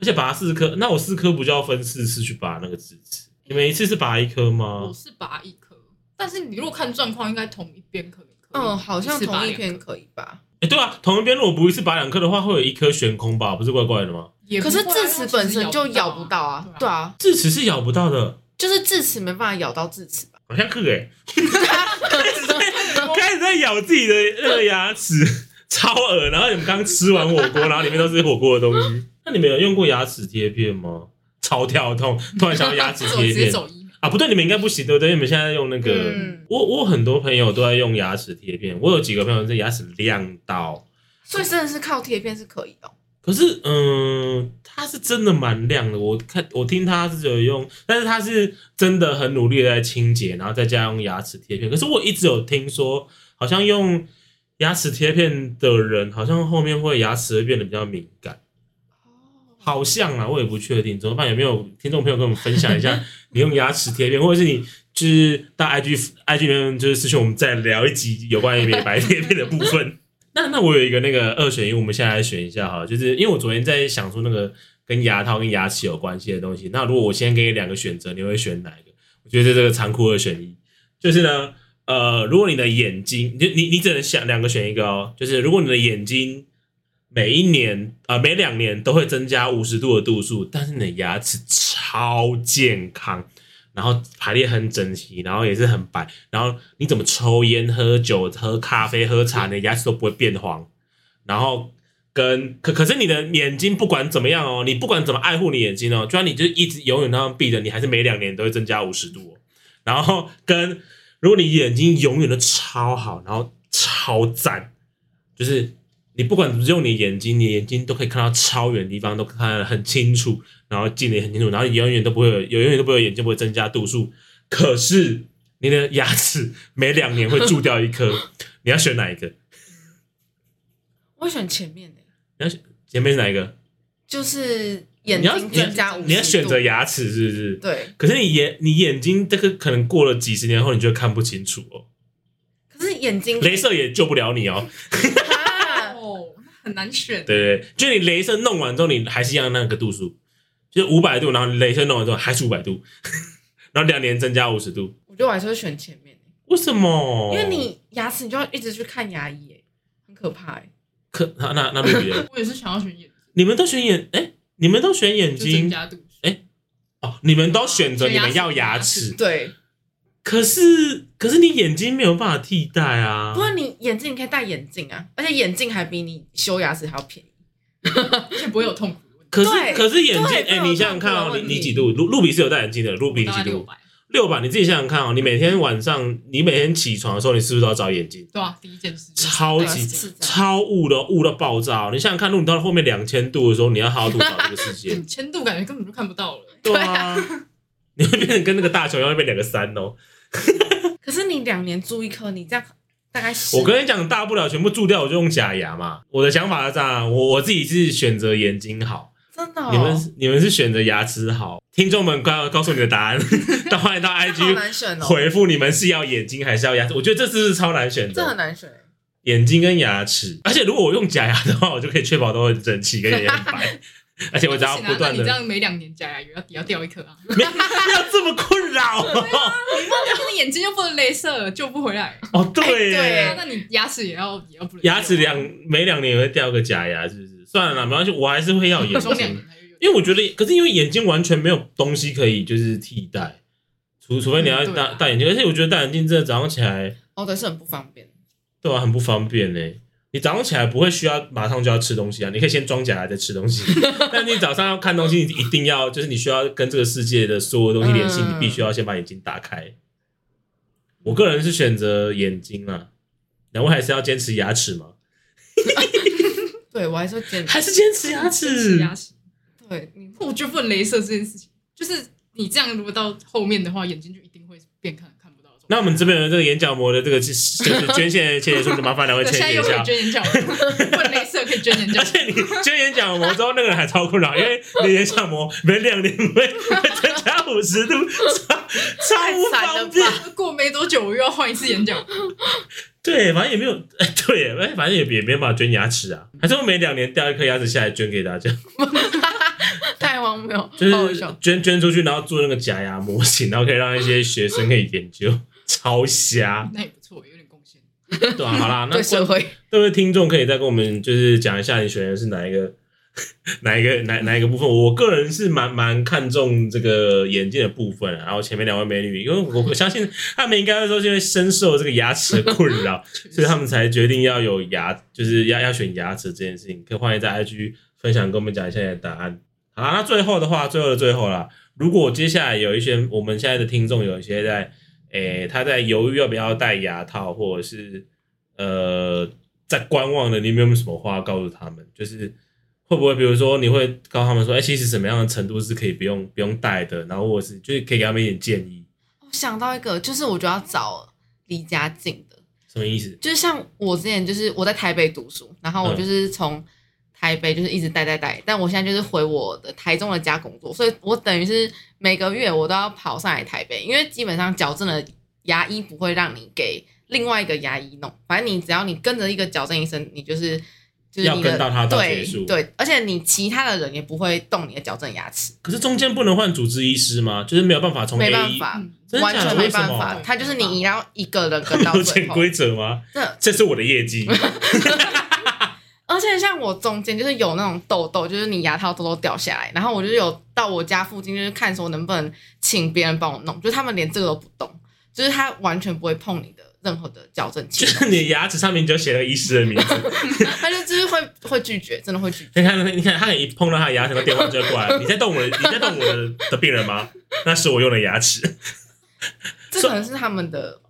Speaker 1: 而且拔四颗，那我四颗不就要分四次去拔那个智齿？你们一次是拔一颗
Speaker 2: 我
Speaker 1: 吗？
Speaker 2: 是拔一颗，但是你如果看状况，应该同一边可能可以。
Speaker 3: 嗯，好像
Speaker 2: 次拔
Speaker 3: 同一
Speaker 2: 两颗
Speaker 3: 篇可以吧？
Speaker 1: 哎、对啊，同一边如果不一次拔两颗的话，会有一颗悬空吧？不是怪怪的吗？
Speaker 2: 也不
Speaker 3: 可
Speaker 2: 会
Speaker 3: 是
Speaker 2: 啊
Speaker 3: 智齿本身就咬不到啊，对，啊，
Speaker 1: 智齿是咬不到的，
Speaker 3: 就是智齿没办法咬到智齿吧？
Speaker 1: 好像克哎、 开始在咬自己的那个牙齿，超恶。然后你们刚吃完火锅，然后里面都是火锅的东西。那你们有用过牙齿贴片吗？超跳痛，突然想要 牙齿
Speaker 2: 这我
Speaker 1: 贴
Speaker 2: 直接
Speaker 1: 片
Speaker 2: 走医美。
Speaker 1: 啊？不对，你们应该不行，对不对？你们现在用那个，
Speaker 3: 嗯
Speaker 1: 我我很多朋友都在用牙齿贴片，我有几个朋友是牙齿亮到，
Speaker 3: 所以真的是靠贴片是可以的哦。
Speaker 1: 可是嗯，它是真的蛮亮的。我看我听他是有用，但是他是真的很努力的在清洁，然后再加用牙齿贴片。可是我一直有听说，好像用牙齿贴片的人，好像后面会牙齿会变得比较敏感，好像啊，我也不确定。怎么办？有没有听众朋友跟我们分享一下你用牙齿贴片，或者是你？就是到 IG IG 里面就是私信我们再聊一集有关于美白贴片的部分。那那我有一个那个二选一，我们现在来选一下哈，就是因为我昨天在想说那个跟牙套跟牙齿有关系的东西。那如果我先给你两个选择，你会选哪一个？我觉得这个残酷二选一，就是呢，呃，如果你的眼睛，你你你只能想两个选一个哦，就是如果你的眼睛每一年啊、呃每两年都会增加五十度的度数，但是你的牙齿超健康，然后排列很整齐，然后也是很白，然后你怎么抽烟、喝酒、喝咖啡、喝茶，你的牙齿都不会变黄，然后跟可可是你的眼睛不管怎么样哦，你不管怎么爱护你眼睛哦，就算你就是一直永远让它闭着，你还是每两年都会增加五十度、哦。然后跟如果你眼睛永远都超好，然后超赞，就是你不管用你眼睛，你眼睛都可以看到超远的地方，都看得很清楚，然后近的也很清楚，然后你永远都不会有，永远都不会有眼睛不会增加度数。可是你的牙齿每两年会蛀掉一颗， 你要选哪一个？
Speaker 3: 我选前面的，
Speaker 1: 你要选前面是哪一个？
Speaker 3: 就是眼
Speaker 1: 你要
Speaker 3: 睛
Speaker 1: 你要
Speaker 3: 增加五十
Speaker 1: 你要选择
Speaker 3: 度
Speaker 1: 牙齿是不是？
Speaker 3: 对，
Speaker 1: 可是你眼你眼睛这个可能过了几十年后，你就会看不清楚哦，
Speaker 3: 可是眼睛
Speaker 1: 镭射也救不了你哦。
Speaker 3: 啊
Speaker 2: 哦，那很难选。
Speaker 1: 对对，就你镭射弄完之后，你还是一样那个度数，就五百度，然后镭射弄完之后还是五百度， 然后两年增加五十度，
Speaker 3: 我觉得我还是会选前面，
Speaker 1: 为什么？
Speaker 3: 因为
Speaker 1: 哦
Speaker 3: 你牙齿你就要一直去看牙医，哎很可怕哎。
Speaker 1: 可那那那露比 的，
Speaker 2: 我也是想要选眼，
Speaker 1: 你们都选眼哎、你们都选眼
Speaker 2: 就增
Speaker 1: 睛
Speaker 2: 加度数。
Speaker 1: 哦，你们都选择
Speaker 2: 选
Speaker 1: 你
Speaker 2: 牙齿
Speaker 1: 们要牙
Speaker 2: 选
Speaker 1: 齿，
Speaker 3: 对，
Speaker 1: 可是可是你眼睛没有办法替代啊
Speaker 3: 不。过你眼镜你可以戴眼镜啊，而且眼镜还比你修牙齿还要便宜。
Speaker 2: 而且不会有痛苦的问题。
Speaker 1: 可
Speaker 3: 对
Speaker 1: 是可是眼睛
Speaker 3: 对
Speaker 1: 哎、
Speaker 3: 没有
Speaker 1: 你想想看
Speaker 3: 看
Speaker 1: 哦
Speaker 3: 过，的
Speaker 1: 你
Speaker 3: 问
Speaker 1: 你
Speaker 3: 题
Speaker 1: 几度？露露比是有戴眼镜的，露比你
Speaker 2: 大概
Speaker 1: 几
Speaker 2: 六
Speaker 1: 度？
Speaker 2: 百，
Speaker 1: 六吧，你自己想想看哦，你每天晚上你每天起床的时候，你是不是都要找眼镜？
Speaker 2: 对啊，第一件事情。
Speaker 1: 超
Speaker 3: 对啊
Speaker 1: 级
Speaker 3: 是这样
Speaker 1: 超雾的，雾到爆炸、哦你想想看，如果你到后面两千度的时候，你要好好吐槽这个世 界，
Speaker 2: 千嗯度感觉根本就看不 到了、
Speaker 1: 对啊，你会变成跟那个大熊一样，变两个三哦。
Speaker 3: 可是你两年蛀一颗，你这样大概十
Speaker 1: 我跟你讲，大不了全部蛀掉，我就用假牙嘛。我的想法是这样，啊我我自己是选择眼睛好，
Speaker 3: 真的、哦，
Speaker 1: 你们是你们是选择牙齿好。听众们，告告诉你的答案，到欢迎到
Speaker 3: 好
Speaker 1: IG
Speaker 3: 难选哦，
Speaker 1: 回复你们是要眼睛还是要牙齿？我觉得这次是超难选择
Speaker 3: 这，很难选。欸
Speaker 1: 眼睛跟牙齿，而且如果我用假牙的话，我就可以确保都很整齐，跟也很白，而且我只要
Speaker 2: 不行啊
Speaker 1: 不断
Speaker 2: 那
Speaker 1: 的
Speaker 2: 你这，样每两年假牙也要也要掉一颗啊！
Speaker 1: 没 有不要这么困扰哦。
Speaker 2: 那你眼睛又不能镭射了，救不回来了。
Speaker 1: 哦，对
Speaker 2: 对
Speaker 1: 耶
Speaker 2: 啊，，那你牙齿也要也要不能啊
Speaker 1: 牙齿两每两年也会掉个假牙，是不是？算了啦，没关系，我还是会 要眼
Speaker 2: 中两
Speaker 1: 睛，
Speaker 2: 年才有。
Speaker 1: 因为我觉得，可是因为眼睛完全没有东西可以就是替代，除除非你要
Speaker 2: 嗯对
Speaker 1: 戴、
Speaker 2: 啊
Speaker 1: 戴眼镜，而且我觉得戴眼镜真的早上起来，
Speaker 3: 哦，对，是很不方便。
Speaker 1: 对啊，很不方便呢。你早上起来不会需要马上就要吃东西啊，你可以先装假牙再吃东西。但你早上要看东西，你一定要就是你需要跟这个世界的所有东西联系，
Speaker 3: 嗯
Speaker 1: 你必须要先把眼睛打开。我个人是选择眼睛啊，两位还是要坚持牙齿吗？
Speaker 3: 对我还是会坚
Speaker 1: 还是坚持牙齿？
Speaker 2: 牙齿，
Speaker 3: 对你
Speaker 2: 我觉得不能镭射这件事情，就是你这样如果到后面的话，眼睛就一定会变看看不到的状态。
Speaker 1: 那我们这边的这个眼角膜的这个就是就是捐献谢谢书，就麻烦两位
Speaker 2: 对，
Speaker 1: 签
Speaker 2: 现在
Speaker 1: 写一
Speaker 2: 又可
Speaker 1: 下
Speaker 2: 以。捐眼角膜，不能镭射可以捐眼角
Speaker 1: 而
Speaker 2: 膜。
Speaker 1: 且你捐眼角膜之后，那个人还超困扰，因为你眼角膜每两年会会增加五十度，超超不方便。
Speaker 2: 过没多久我又要换一次眼角，
Speaker 1: 对，反正也没有， 哎，对耶，哎，反正也也没办法捐牙齿啊，还是我每两年掉一颗牙齿下来捐给大家，
Speaker 3: 太荒谬，
Speaker 1: 就
Speaker 3: 好好
Speaker 1: 是
Speaker 3: 笑
Speaker 1: 捐捐出去，然后做那个假牙模型，然后可以让一些学生可以研究，超瞎，
Speaker 2: 那也不错，有点贡献。
Speaker 1: 对啊，好啦，那
Speaker 3: 对社会
Speaker 1: 各位听众可以再跟我们就是讲一下你选的是哪一个 哪一个哪哪一个部分。我个人是蛮蛮看重这个眼镜的部分啊，然后前面两位美女，因为我我相信她们应该说是因为深受这个牙齿的困扰，所以她们才决定要有牙，就是要要选牙齿这件事情。可以欢迎在 IG 分享跟我们讲一下你的答案。好啦，那最后的话，最后的最后啦，如果接下来有一些我们现在的听众有一些在，诶、他在犹豫要不要戴牙套，或者是呃在观望的，你们有没有什么话要告诉他们？就是会不会比如说你会告诉他们说，哎、其实什么样的程度是可以不用不用戴的，然后或者是就是可以给他们一点建议，
Speaker 3: 我想到一个，就是我就要找离家近的，
Speaker 1: 什么意思？
Speaker 3: 就是像我之前就是我在台北读书，然后我
Speaker 1: 嗯
Speaker 3: 就是从台北就是一直待待待，但我现在就是回我的台中的家工作，所以我等于是每个月我都要跑上来台北，因为基本上矫正的牙医不会让你给另外一个牙医弄，反正你只要你跟着一个矫正医生，你就是就是
Speaker 1: 要
Speaker 3: 你的
Speaker 1: 跟到他到结
Speaker 3: 对
Speaker 1: 束
Speaker 3: 对，而且你其他的人也不会动你的矫正牙齿，
Speaker 1: 可是中间不能换主治医师吗？就是没有办法从 A
Speaker 3: 没办法。
Speaker 2: 嗯，
Speaker 1: 真的
Speaker 3: E 完
Speaker 1: 假的
Speaker 3: 全没
Speaker 1: 为什
Speaker 3: 办
Speaker 1: 么
Speaker 3: 法，他就是你要一个人
Speaker 1: 他 们
Speaker 3: 跟到
Speaker 1: 有
Speaker 3: 最
Speaker 1: 潜
Speaker 3: 后。
Speaker 1: 规则吗？
Speaker 3: 这
Speaker 1: 这是我的业绩，
Speaker 3: 而且像我中间就是有那种痘痘，就是你牙套痘痘掉下来，然后我就有到我家附近，就是看说能不能请别人帮我弄，就是他们连这个都不动，就是他完全不会碰你的任何的矫正
Speaker 1: 就，
Speaker 3: 器
Speaker 1: 是你的牙齿上面就写了医师的名字。
Speaker 3: 他就就是会会拒绝，真的会拒绝。
Speaker 1: 你看，你看，他一碰到他的牙齿，那电话就会过来。你在动我的，你在动我的 的病人吗？那是我用的牙齿。
Speaker 3: 这可能是他们的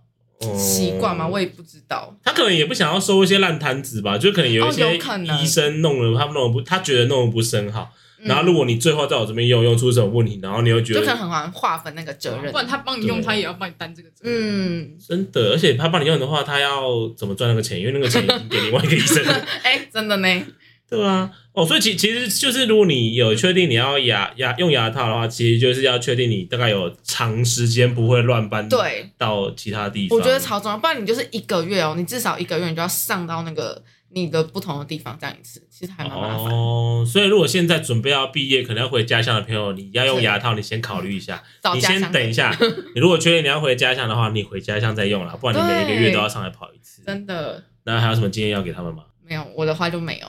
Speaker 1: 哦
Speaker 3: 习惯嘛，我也不知道。
Speaker 1: 他可能也不想要收一些烂摊子吧，就可能有一
Speaker 3: 哦
Speaker 1: 些
Speaker 3: 有可能嗯
Speaker 1: 医生弄了，他们弄得不，他觉得弄得不深好。然后如果你最后在我这边用用出什么问题，然后你又觉
Speaker 3: 就可能
Speaker 1: 得
Speaker 3: 很难划分那个责任
Speaker 2: 不。然他帮你用，
Speaker 1: 对
Speaker 2: 他也要帮你担这个责任。
Speaker 3: 嗯，
Speaker 1: 真的，而且他帮你用的话，他要怎么赚那个钱？因为那个钱已经给另外一个医生了，
Speaker 3: 哎、真的呢，
Speaker 1: 对啊，哦，所以其其实就是如果你有确定你要牙牙用牙套的话，其实就是要确定你大概有长时间不会乱搬
Speaker 3: 对，
Speaker 1: 到其他地方。
Speaker 3: 我觉得超重要。不然你就是一个月哦，你至少一个月你就要上到那个你的不同的地方这样一次，其实还蛮麻烦。
Speaker 1: 哦，所以如果现在准备要毕业，可能要回家乡的朋友，你要用
Speaker 3: 是
Speaker 1: 牙套，你先考虑一下，
Speaker 3: 找
Speaker 1: 你
Speaker 3: 家
Speaker 1: 先
Speaker 3: 乡
Speaker 1: 等一下。你如果确定你要回家乡的话，你回家乡再用啦，不然你每一个月都要上来跑一次。
Speaker 3: 真的
Speaker 1: 那还有什么经验要给他们吗？
Speaker 3: 没有，我的话就没有。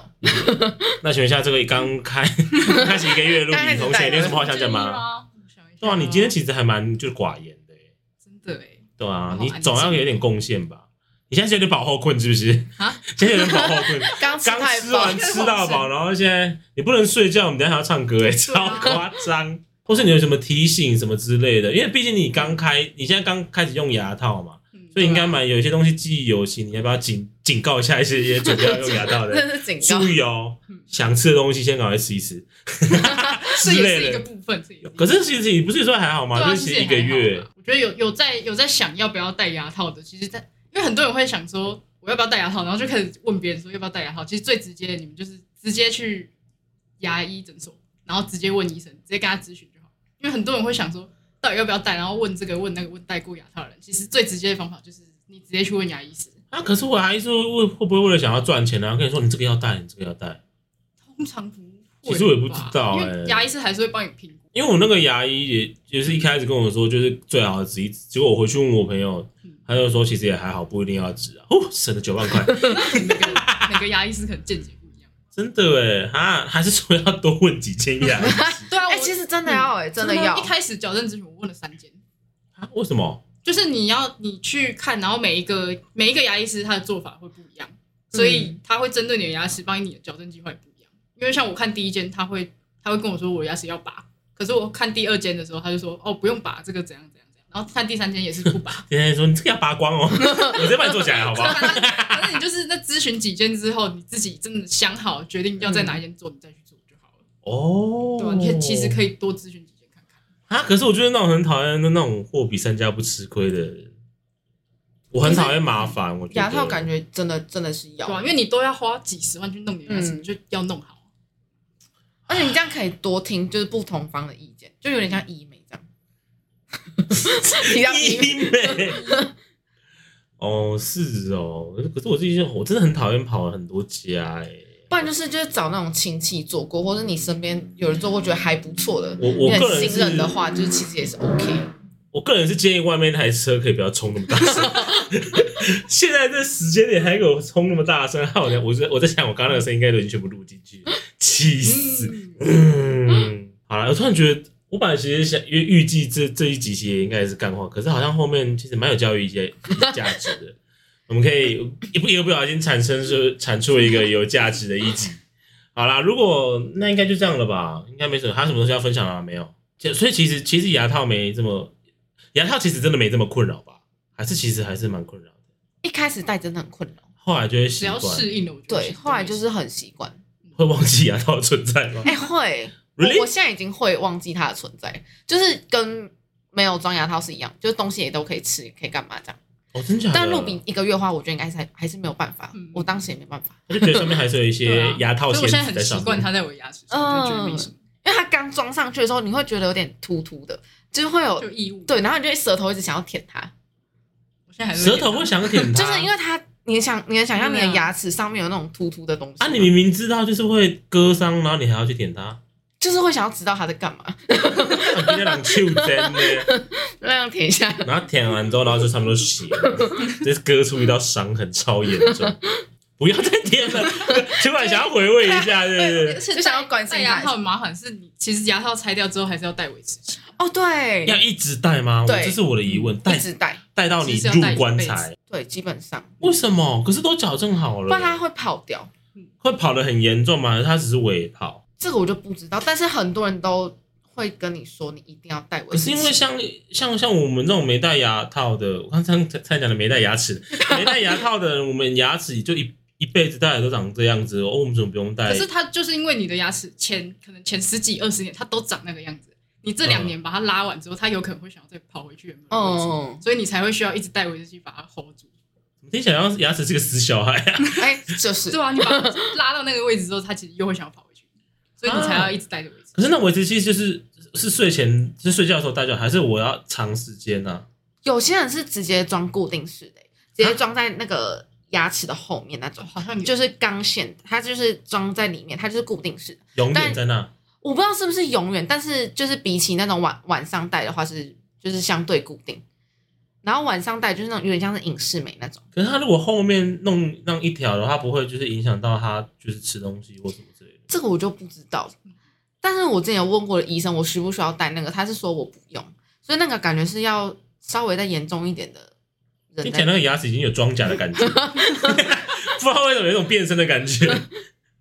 Speaker 1: 那请问一下，这个刚 开开始一个月录
Speaker 3: 刚开
Speaker 1: 影，
Speaker 3: 始
Speaker 1: 同
Speaker 3: 带嗯
Speaker 1: 学，你有
Speaker 3: 了
Speaker 1: 什么话想讲
Speaker 2: 建议
Speaker 1: 吗？
Speaker 2: 啦？我想一下
Speaker 1: 对啊，你今天其实还蛮就是寡言的耶，
Speaker 2: 真的哎，
Speaker 1: 对啊
Speaker 2: 好，
Speaker 1: 你
Speaker 2: 安
Speaker 1: 总要
Speaker 2: 静
Speaker 1: 有点贡献吧？你现在是有点饱后困是不是？
Speaker 2: 啊，
Speaker 1: 现在有点饱后 困，
Speaker 3: 刚吃
Speaker 1: 刚
Speaker 3: 太
Speaker 1: 吃
Speaker 3: 饱
Speaker 1: 完，吃到饱，然后现在你不能睡觉，你等一下还要唱歌哎，
Speaker 2: 对
Speaker 1: 超
Speaker 2: 啊
Speaker 1: 夸张。或是你有什么提醒什么之类的，因为毕竟你刚开，你现在刚开始用牙套嘛，
Speaker 2: 嗯
Speaker 1: 所以应该蛮有一些东西记忆犹新。你要不要警警告一下一些也准备要用牙套 的人？
Speaker 3: 这是警告
Speaker 1: 注。意哦，想吃的东西先赶快吃一吃
Speaker 2: 嗯这
Speaker 1: 之
Speaker 2: 也嗯 是
Speaker 1: 类
Speaker 2: 一
Speaker 1: 的。
Speaker 2: 个部分，这也一个部分
Speaker 1: 可是其实你不是说还好
Speaker 2: 对
Speaker 1: 吗？
Speaker 2: 啊，
Speaker 1: 就
Speaker 2: 其
Speaker 1: 是
Speaker 2: 实也
Speaker 1: 一个
Speaker 2: 还
Speaker 1: 月
Speaker 2: 好啦。我觉得有有在有在想要不要戴牙套的，其实在因为很多人会想说我要不要戴牙套，然后就开始问别人说要不要戴牙套。其实最直接的，你们就是直接去牙医诊所，然后直接问医生，直接跟他咨询就好。因为很多人会想说到底要不要戴，然后问这个问那个问戴过牙套的人。其实最直接的方法就是你直接去问牙医师，
Speaker 1: 啊，可是我还是会会不会为了想要赚钱然后跟你说你这个要戴，你这个要戴？
Speaker 2: 通常不会吧。
Speaker 1: 其实我也不知道
Speaker 2: 因
Speaker 1: 欸
Speaker 2: 为牙医师还是会帮你评估。
Speaker 1: 因为我那个牙医也就是一开始跟我说，就是最好的植一植，结果我回去问我朋友
Speaker 2: 嗯，
Speaker 1: 他就说其实也还好，不一定要植啊。哦，省了九万块，
Speaker 2: 每个每个牙医师可能见解不一样。
Speaker 1: 真的哎，啊，还是说要多问几间牙医
Speaker 2: 对啊，
Speaker 3: 哎、
Speaker 2: 我
Speaker 3: 其实真的要哎、真的
Speaker 2: 吗
Speaker 3: 要
Speaker 2: 一。开始矫正咨询我问了三间。
Speaker 1: 啊？为什么？
Speaker 2: 就是你要你去看，然后每一个每一个牙医师他的做法会不一样，所以
Speaker 3: 嗯
Speaker 2: 他会针对你的牙齿，帮你的矫正计划也不一样。因为像我看第一间，他会他会跟我说我的牙齿要拔，可是我看第二间的时候，他就说哦不用拔，这个怎样怎样怎样。然后看第三间也是不拔，
Speaker 1: 今天说你这个要拔光哦， 我直接帮你做起来
Speaker 3: 哦
Speaker 1: 好不好？
Speaker 2: 反正反正你就是那咨询几间之后，你自己真的想好决定
Speaker 3: 嗯
Speaker 2: 要在哪一间做，你再去做就好了。
Speaker 1: 哦，
Speaker 2: 对吧、啊你可以其实可以多咨询几间看看。
Speaker 1: 啊，可是我就是那种很讨厌的那种货比三家不吃亏的人，我很讨厌麻烦。我觉得
Speaker 3: 牙套感觉真的真的是要
Speaker 2: 对、，啊，因为你都要花几十万去弄你的牙齿，
Speaker 3: 嗯
Speaker 2: 你就要弄好。
Speaker 3: 而且你这样可以多听就是不同方的意见，就有点像医美 这样。提到医美，
Speaker 1: 医美。 哦，是哦，可是我自己就我真的很讨厌跑很多家哎、
Speaker 3: 不然就是就是找那种亲戚做过，或者你身边有人做过觉得还不错的，
Speaker 1: 我
Speaker 3: 你
Speaker 1: 我
Speaker 3: 很
Speaker 1: 个人
Speaker 3: 信
Speaker 1: 是，
Speaker 3: 任的话，就是其实也是 OK。
Speaker 1: 我个人是建议外面那台车可以不要冲那么大声。 现在这时间点还给我冲那么大声，害我在我在我在想，我刚刚那个声音应该都已经全部录进去，气死！嗯，好了，我突然觉得，我本来其实想预预计这这一集其实也应该是干话，可是好像后面其实蛮有教育一些价值的。我们可以一不一个不小心产生是产出一个有价值的一集。好啦，如果那应该就这样了吧，应该没什么。还有什么东西要分享了、啊、没有？就所以其实其实牙套没这么，牙套其实真的没这么困扰吧？还是其实还是蛮困扰的，
Speaker 3: 一开始戴真的很困扰，
Speaker 1: 后来就会
Speaker 2: 只
Speaker 1: 习
Speaker 2: 要
Speaker 1: 惯，
Speaker 2: 适应了，我觉得
Speaker 3: 对，后来就是很习惯。
Speaker 1: 会忘记牙套的存在吗
Speaker 3: 哎、会， 我
Speaker 1: ？Really？
Speaker 3: 我现在已经会忘记它的存在，就是跟没有装牙套是一样，就是东西也都可以吃，可以干嘛这样。
Speaker 1: 哦，真假的？
Speaker 3: 但入比一个月的话，我觉得应该是还还是没有办法
Speaker 2: 嗯，
Speaker 3: 我当时也没办法，
Speaker 1: 我就觉得上面还是有一
Speaker 2: 对
Speaker 1: 些
Speaker 2: 啊
Speaker 1: 牙套
Speaker 2: 所以我
Speaker 1: 线
Speaker 2: 现
Speaker 1: 在
Speaker 2: 在
Speaker 1: 上
Speaker 2: 很习
Speaker 1: 面。
Speaker 2: 惯它在我的牙齿上，我就觉得没什么，
Speaker 3: 因为它刚装上去的时候，你会觉得有点突突的，就是会有
Speaker 2: 就异物。
Speaker 3: 嗯对，然后你就会舌头一直想要舔它，
Speaker 2: 我现在还是
Speaker 1: 舌头会想舔它，
Speaker 3: 就是因为它，你想你能想象你的
Speaker 2: 对啊
Speaker 3: 牙齿上面有那种突突的东西吗，
Speaker 1: 啊，你明明知道就是会割伤，然后你还要去舔它，
Speaker 3: 就是会想要知道它在干嘛，
Speaker 1: 我今天两袖针呢，
Speaker 3: 那样舔一下。
Speaker 1: 然后舔完之后，然后就上面都血了，这割出一道伤痕，超严重。 不要再点了， 主管想要回味一下，对不 对？
Speaker 2: 是
Speaker 3: 就想要关心他
Speaker 2: 戴牙套很麻烦，是你其实牙套拆掉之后还是要戴维持器，
Speaker 1: 哎
Speaker 3: 哦，对，
Speaker 1: 要一直戴吗？我
Speaker 3: 对
Speaker 1: 这是我的疑问，戴
Speaker 3: 一直戴，
Speaker 1: 戴到你入棺材，
Speaker 3: 对，基本上，
Speaker 1: 为什么？可是都矫正好
Speaker 3: 不然它
Speaker 1: 了，
Speaker 3: 会跑掉。
Speaker 1: 会跑得很严重吗？它只是尾跑，
Speaker 3: 这个我就不知道，但是很多人都会跟你说，你一定要戴维
Speaker 1: 可
Speaker 3: 持器。
Speaker 1: 是因为像像像我们这种没戴牙套的，我刚才才讲的没戴牙齿的，没戴牙套的人，我们牙齿就一一辈子戴的都长这样子哦，我们怎么不用戴
Speaker 2: 可？是它就是因为你的牙齿前可能前十几二十年它都长那个样子，你这
Speaker 1: 嗯
Speaker 2: 两年把它拉完之后，它有可能会想要再跑回去原本的位置，
Speaker 3: 嗯，
Speaker 2: 所以你才会需要一直戴维持器把它 hold 住，
Speaker 1: 听起来像牙齿是个死小孩 啊！
Speaker 3: 哎，就是
Speaker 2: 对啊吧、你把它拉到那个位置之后，它其实又会想要跑回去，所以你
Speaker 1: 啊
Speaker 2: 才要一直戴着维持器。
Speaker 1: 可是那维持器就是是睡前是睡觉的时候戴就好，还是我要长时间啊呢、
Speaker 3: 有些人是直接装固定式的、欸直接装在那个牙齿的后面那
Speaker 2: 哦
Speaker 3: 种，
Speaker 2: 好像你
Speaker 3: 就是钢线，它就是装在里面，它就是固定式的。
Speaker 1: 永远
Speaker 3: 但
Speaker 1: 在那？
Speaker 3: 我不知道是不是永远，但是就是比起那种晚晚上戴的话是就是相对固定，然后晚上戴就是那种有点像是隐适美那种。
Speaker 1: 可是他如果后面弄让一条的话，不会就是影响到他就是吃东西或什么之类的。
Speaker 3: 这个我就不知道了。
Speaker 2: 嗯
Speaker 3: 但是我之前有问过的医生，我需不需要戴那个，他是说我不用，所以那个感觉是要稍微再严重一点的人
Speaker 1: 听起
Speaker 3: 在
Speaker 1: 来那个牙齿已经有装甲的感觉， 不知道为什么有一种变身的感觉。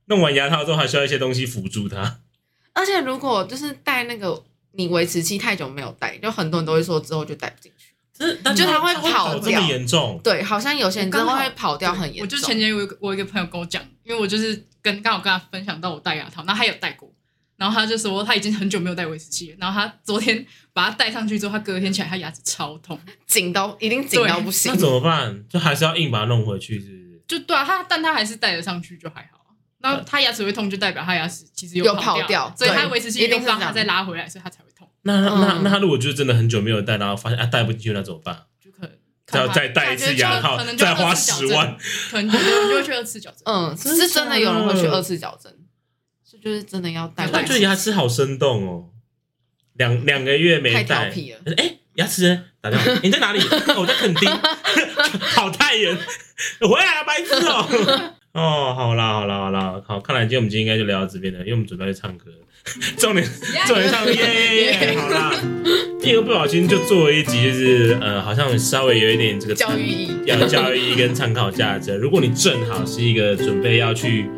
Speaker 1: 弄完牙套之后，还需要一些东西辅助它。
Speaker 3: 而且如果就是戴那个你维持器太久没有戴，就很多人都会说之后就戴不进去。
Speaker 1: 真的，
Speaker 3: 就它
Speaker 1: 它
Speaker 3: 会跑
Speaker 1: 这么
Speaker 3: 掉
Speaker 1: 严重，
Speaker 3: 对，好像有些人真的
Speaker 2: 我刚
Speaker 3: 会
Speaker 2: 好
Speaker 3: 跑掉很
Speaker 2: 我
Speaker 3: 严
Speaker 2: 就
Speaker 3: 重。
Speaker 2: 前几天我有一个我有一个朋友跟我讲，因为我就是跟刚好跟他分享到我戴牙套，然后他有戴过，然后他就说他已经很久没有戴维持器了，然后他昨天 把它戴上去之后，他隔天起来他牙齿超痛，
Speaker 3: 紧到一定紧到不行
Speaker 1: 那，怎么办？就还是要硬把它弄回去，是不是？
Speaker 2: 就对啊，他但他还是戴得上去就还好啊。那他牙齿会痛，就代表他牙齿其实
Speaker 3: 有
Speaker 2: 跑
Speaker 3: 跑掉
Speaker 2: 所以
Speaker 3: 对
Speaker 2: 他维持器
Speaker 3: 一定
Speaker 2: 又
Speaker 3: 是
Speaker 2: 帮
Speaker 3: 这
Speaker 2: 他
Speaker 3: 样
Speaker 2: 再拉回来，所以他才会痛，
Speaker 1: 那那那
Speaker 3: 嗯
Speaker 1: 那，他如果就是真的很久没有戴，然后发现啊戴不进去，那怎么办？
Speaker 2: 就可能
Speaker 1: 再
Speaker 2: 看
Speaker 1: 要
Speaker 2: 他
Speaker 1: 再戴一次牙套
Speaker 2: 可能，就
Speaker 1: 再花
Speaker 2: 二次矫
Speaker 1: 十
Speaker 2: 正
Speaker 1: 万，
Speaker 2: 可能有的人就会去二次矫正。
Speaker 3: 嗯，
Speaker 1: 真的
Speaker 3: 是真的有人会去
Speaker 1: 假的
Speaker 3: 二次矫正，是就是真的要戴
Speaker 1: 我
Speaker 3: 维
Speaker 1: 觉得
Speaker 3: 持器。
Speaker 1: 牙齿好生动哦，两两个月没
Speaker 3: 太
Speaker 1: 戴，
Speaker 3: 调皮了
Speaker 1: 哎、牙齿呢打电话， 你在哪里？哦我在垦丁，跑太远，回来啊，白痴 哦。哦，好啦，好啦，好啦，好，看来今天我们今天应该就聊到这边了，因为我们准备要去唱歌了，重点重点上耶，好啦，一个不小心就做了一集，就是呃，好像稍微有一点这个
Speaker 3: 教育意义，
Speaker 1: 要有教育意义跟参考价值。如果你正好是一个准备要去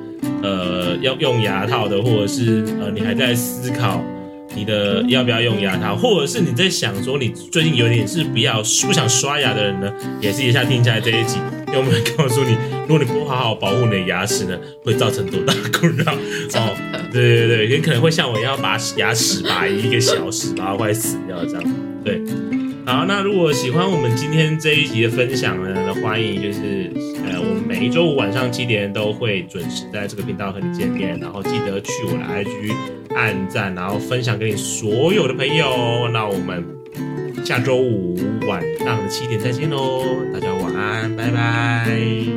Speaker 1: 呃要用牙套的，或者是呃你还在思考你
Speaker 3: 嗯
Speaker 1: 的要不要用牙套，或者是你在想说你最近有点是比较不想刷牙的人呢，也是一下听下来这一集，因为我们会告诉你，如果你不好好保护你的牙齿呢，会造成多大的困扰哦。对对对，也可能会像我一样把牙齿拔一个小时，拔到快死掉这样。对，好，那如果喜欢我们今天这一集的分享呢，欢迎就是呃，我们每一周五晚上七点都会准时在这个频道和你见面，然后记得去我的 IG 按赞，然后分享给你所有的朋友哦。那我们下周五晚上的七点再见喽，大家晚安，拜拜。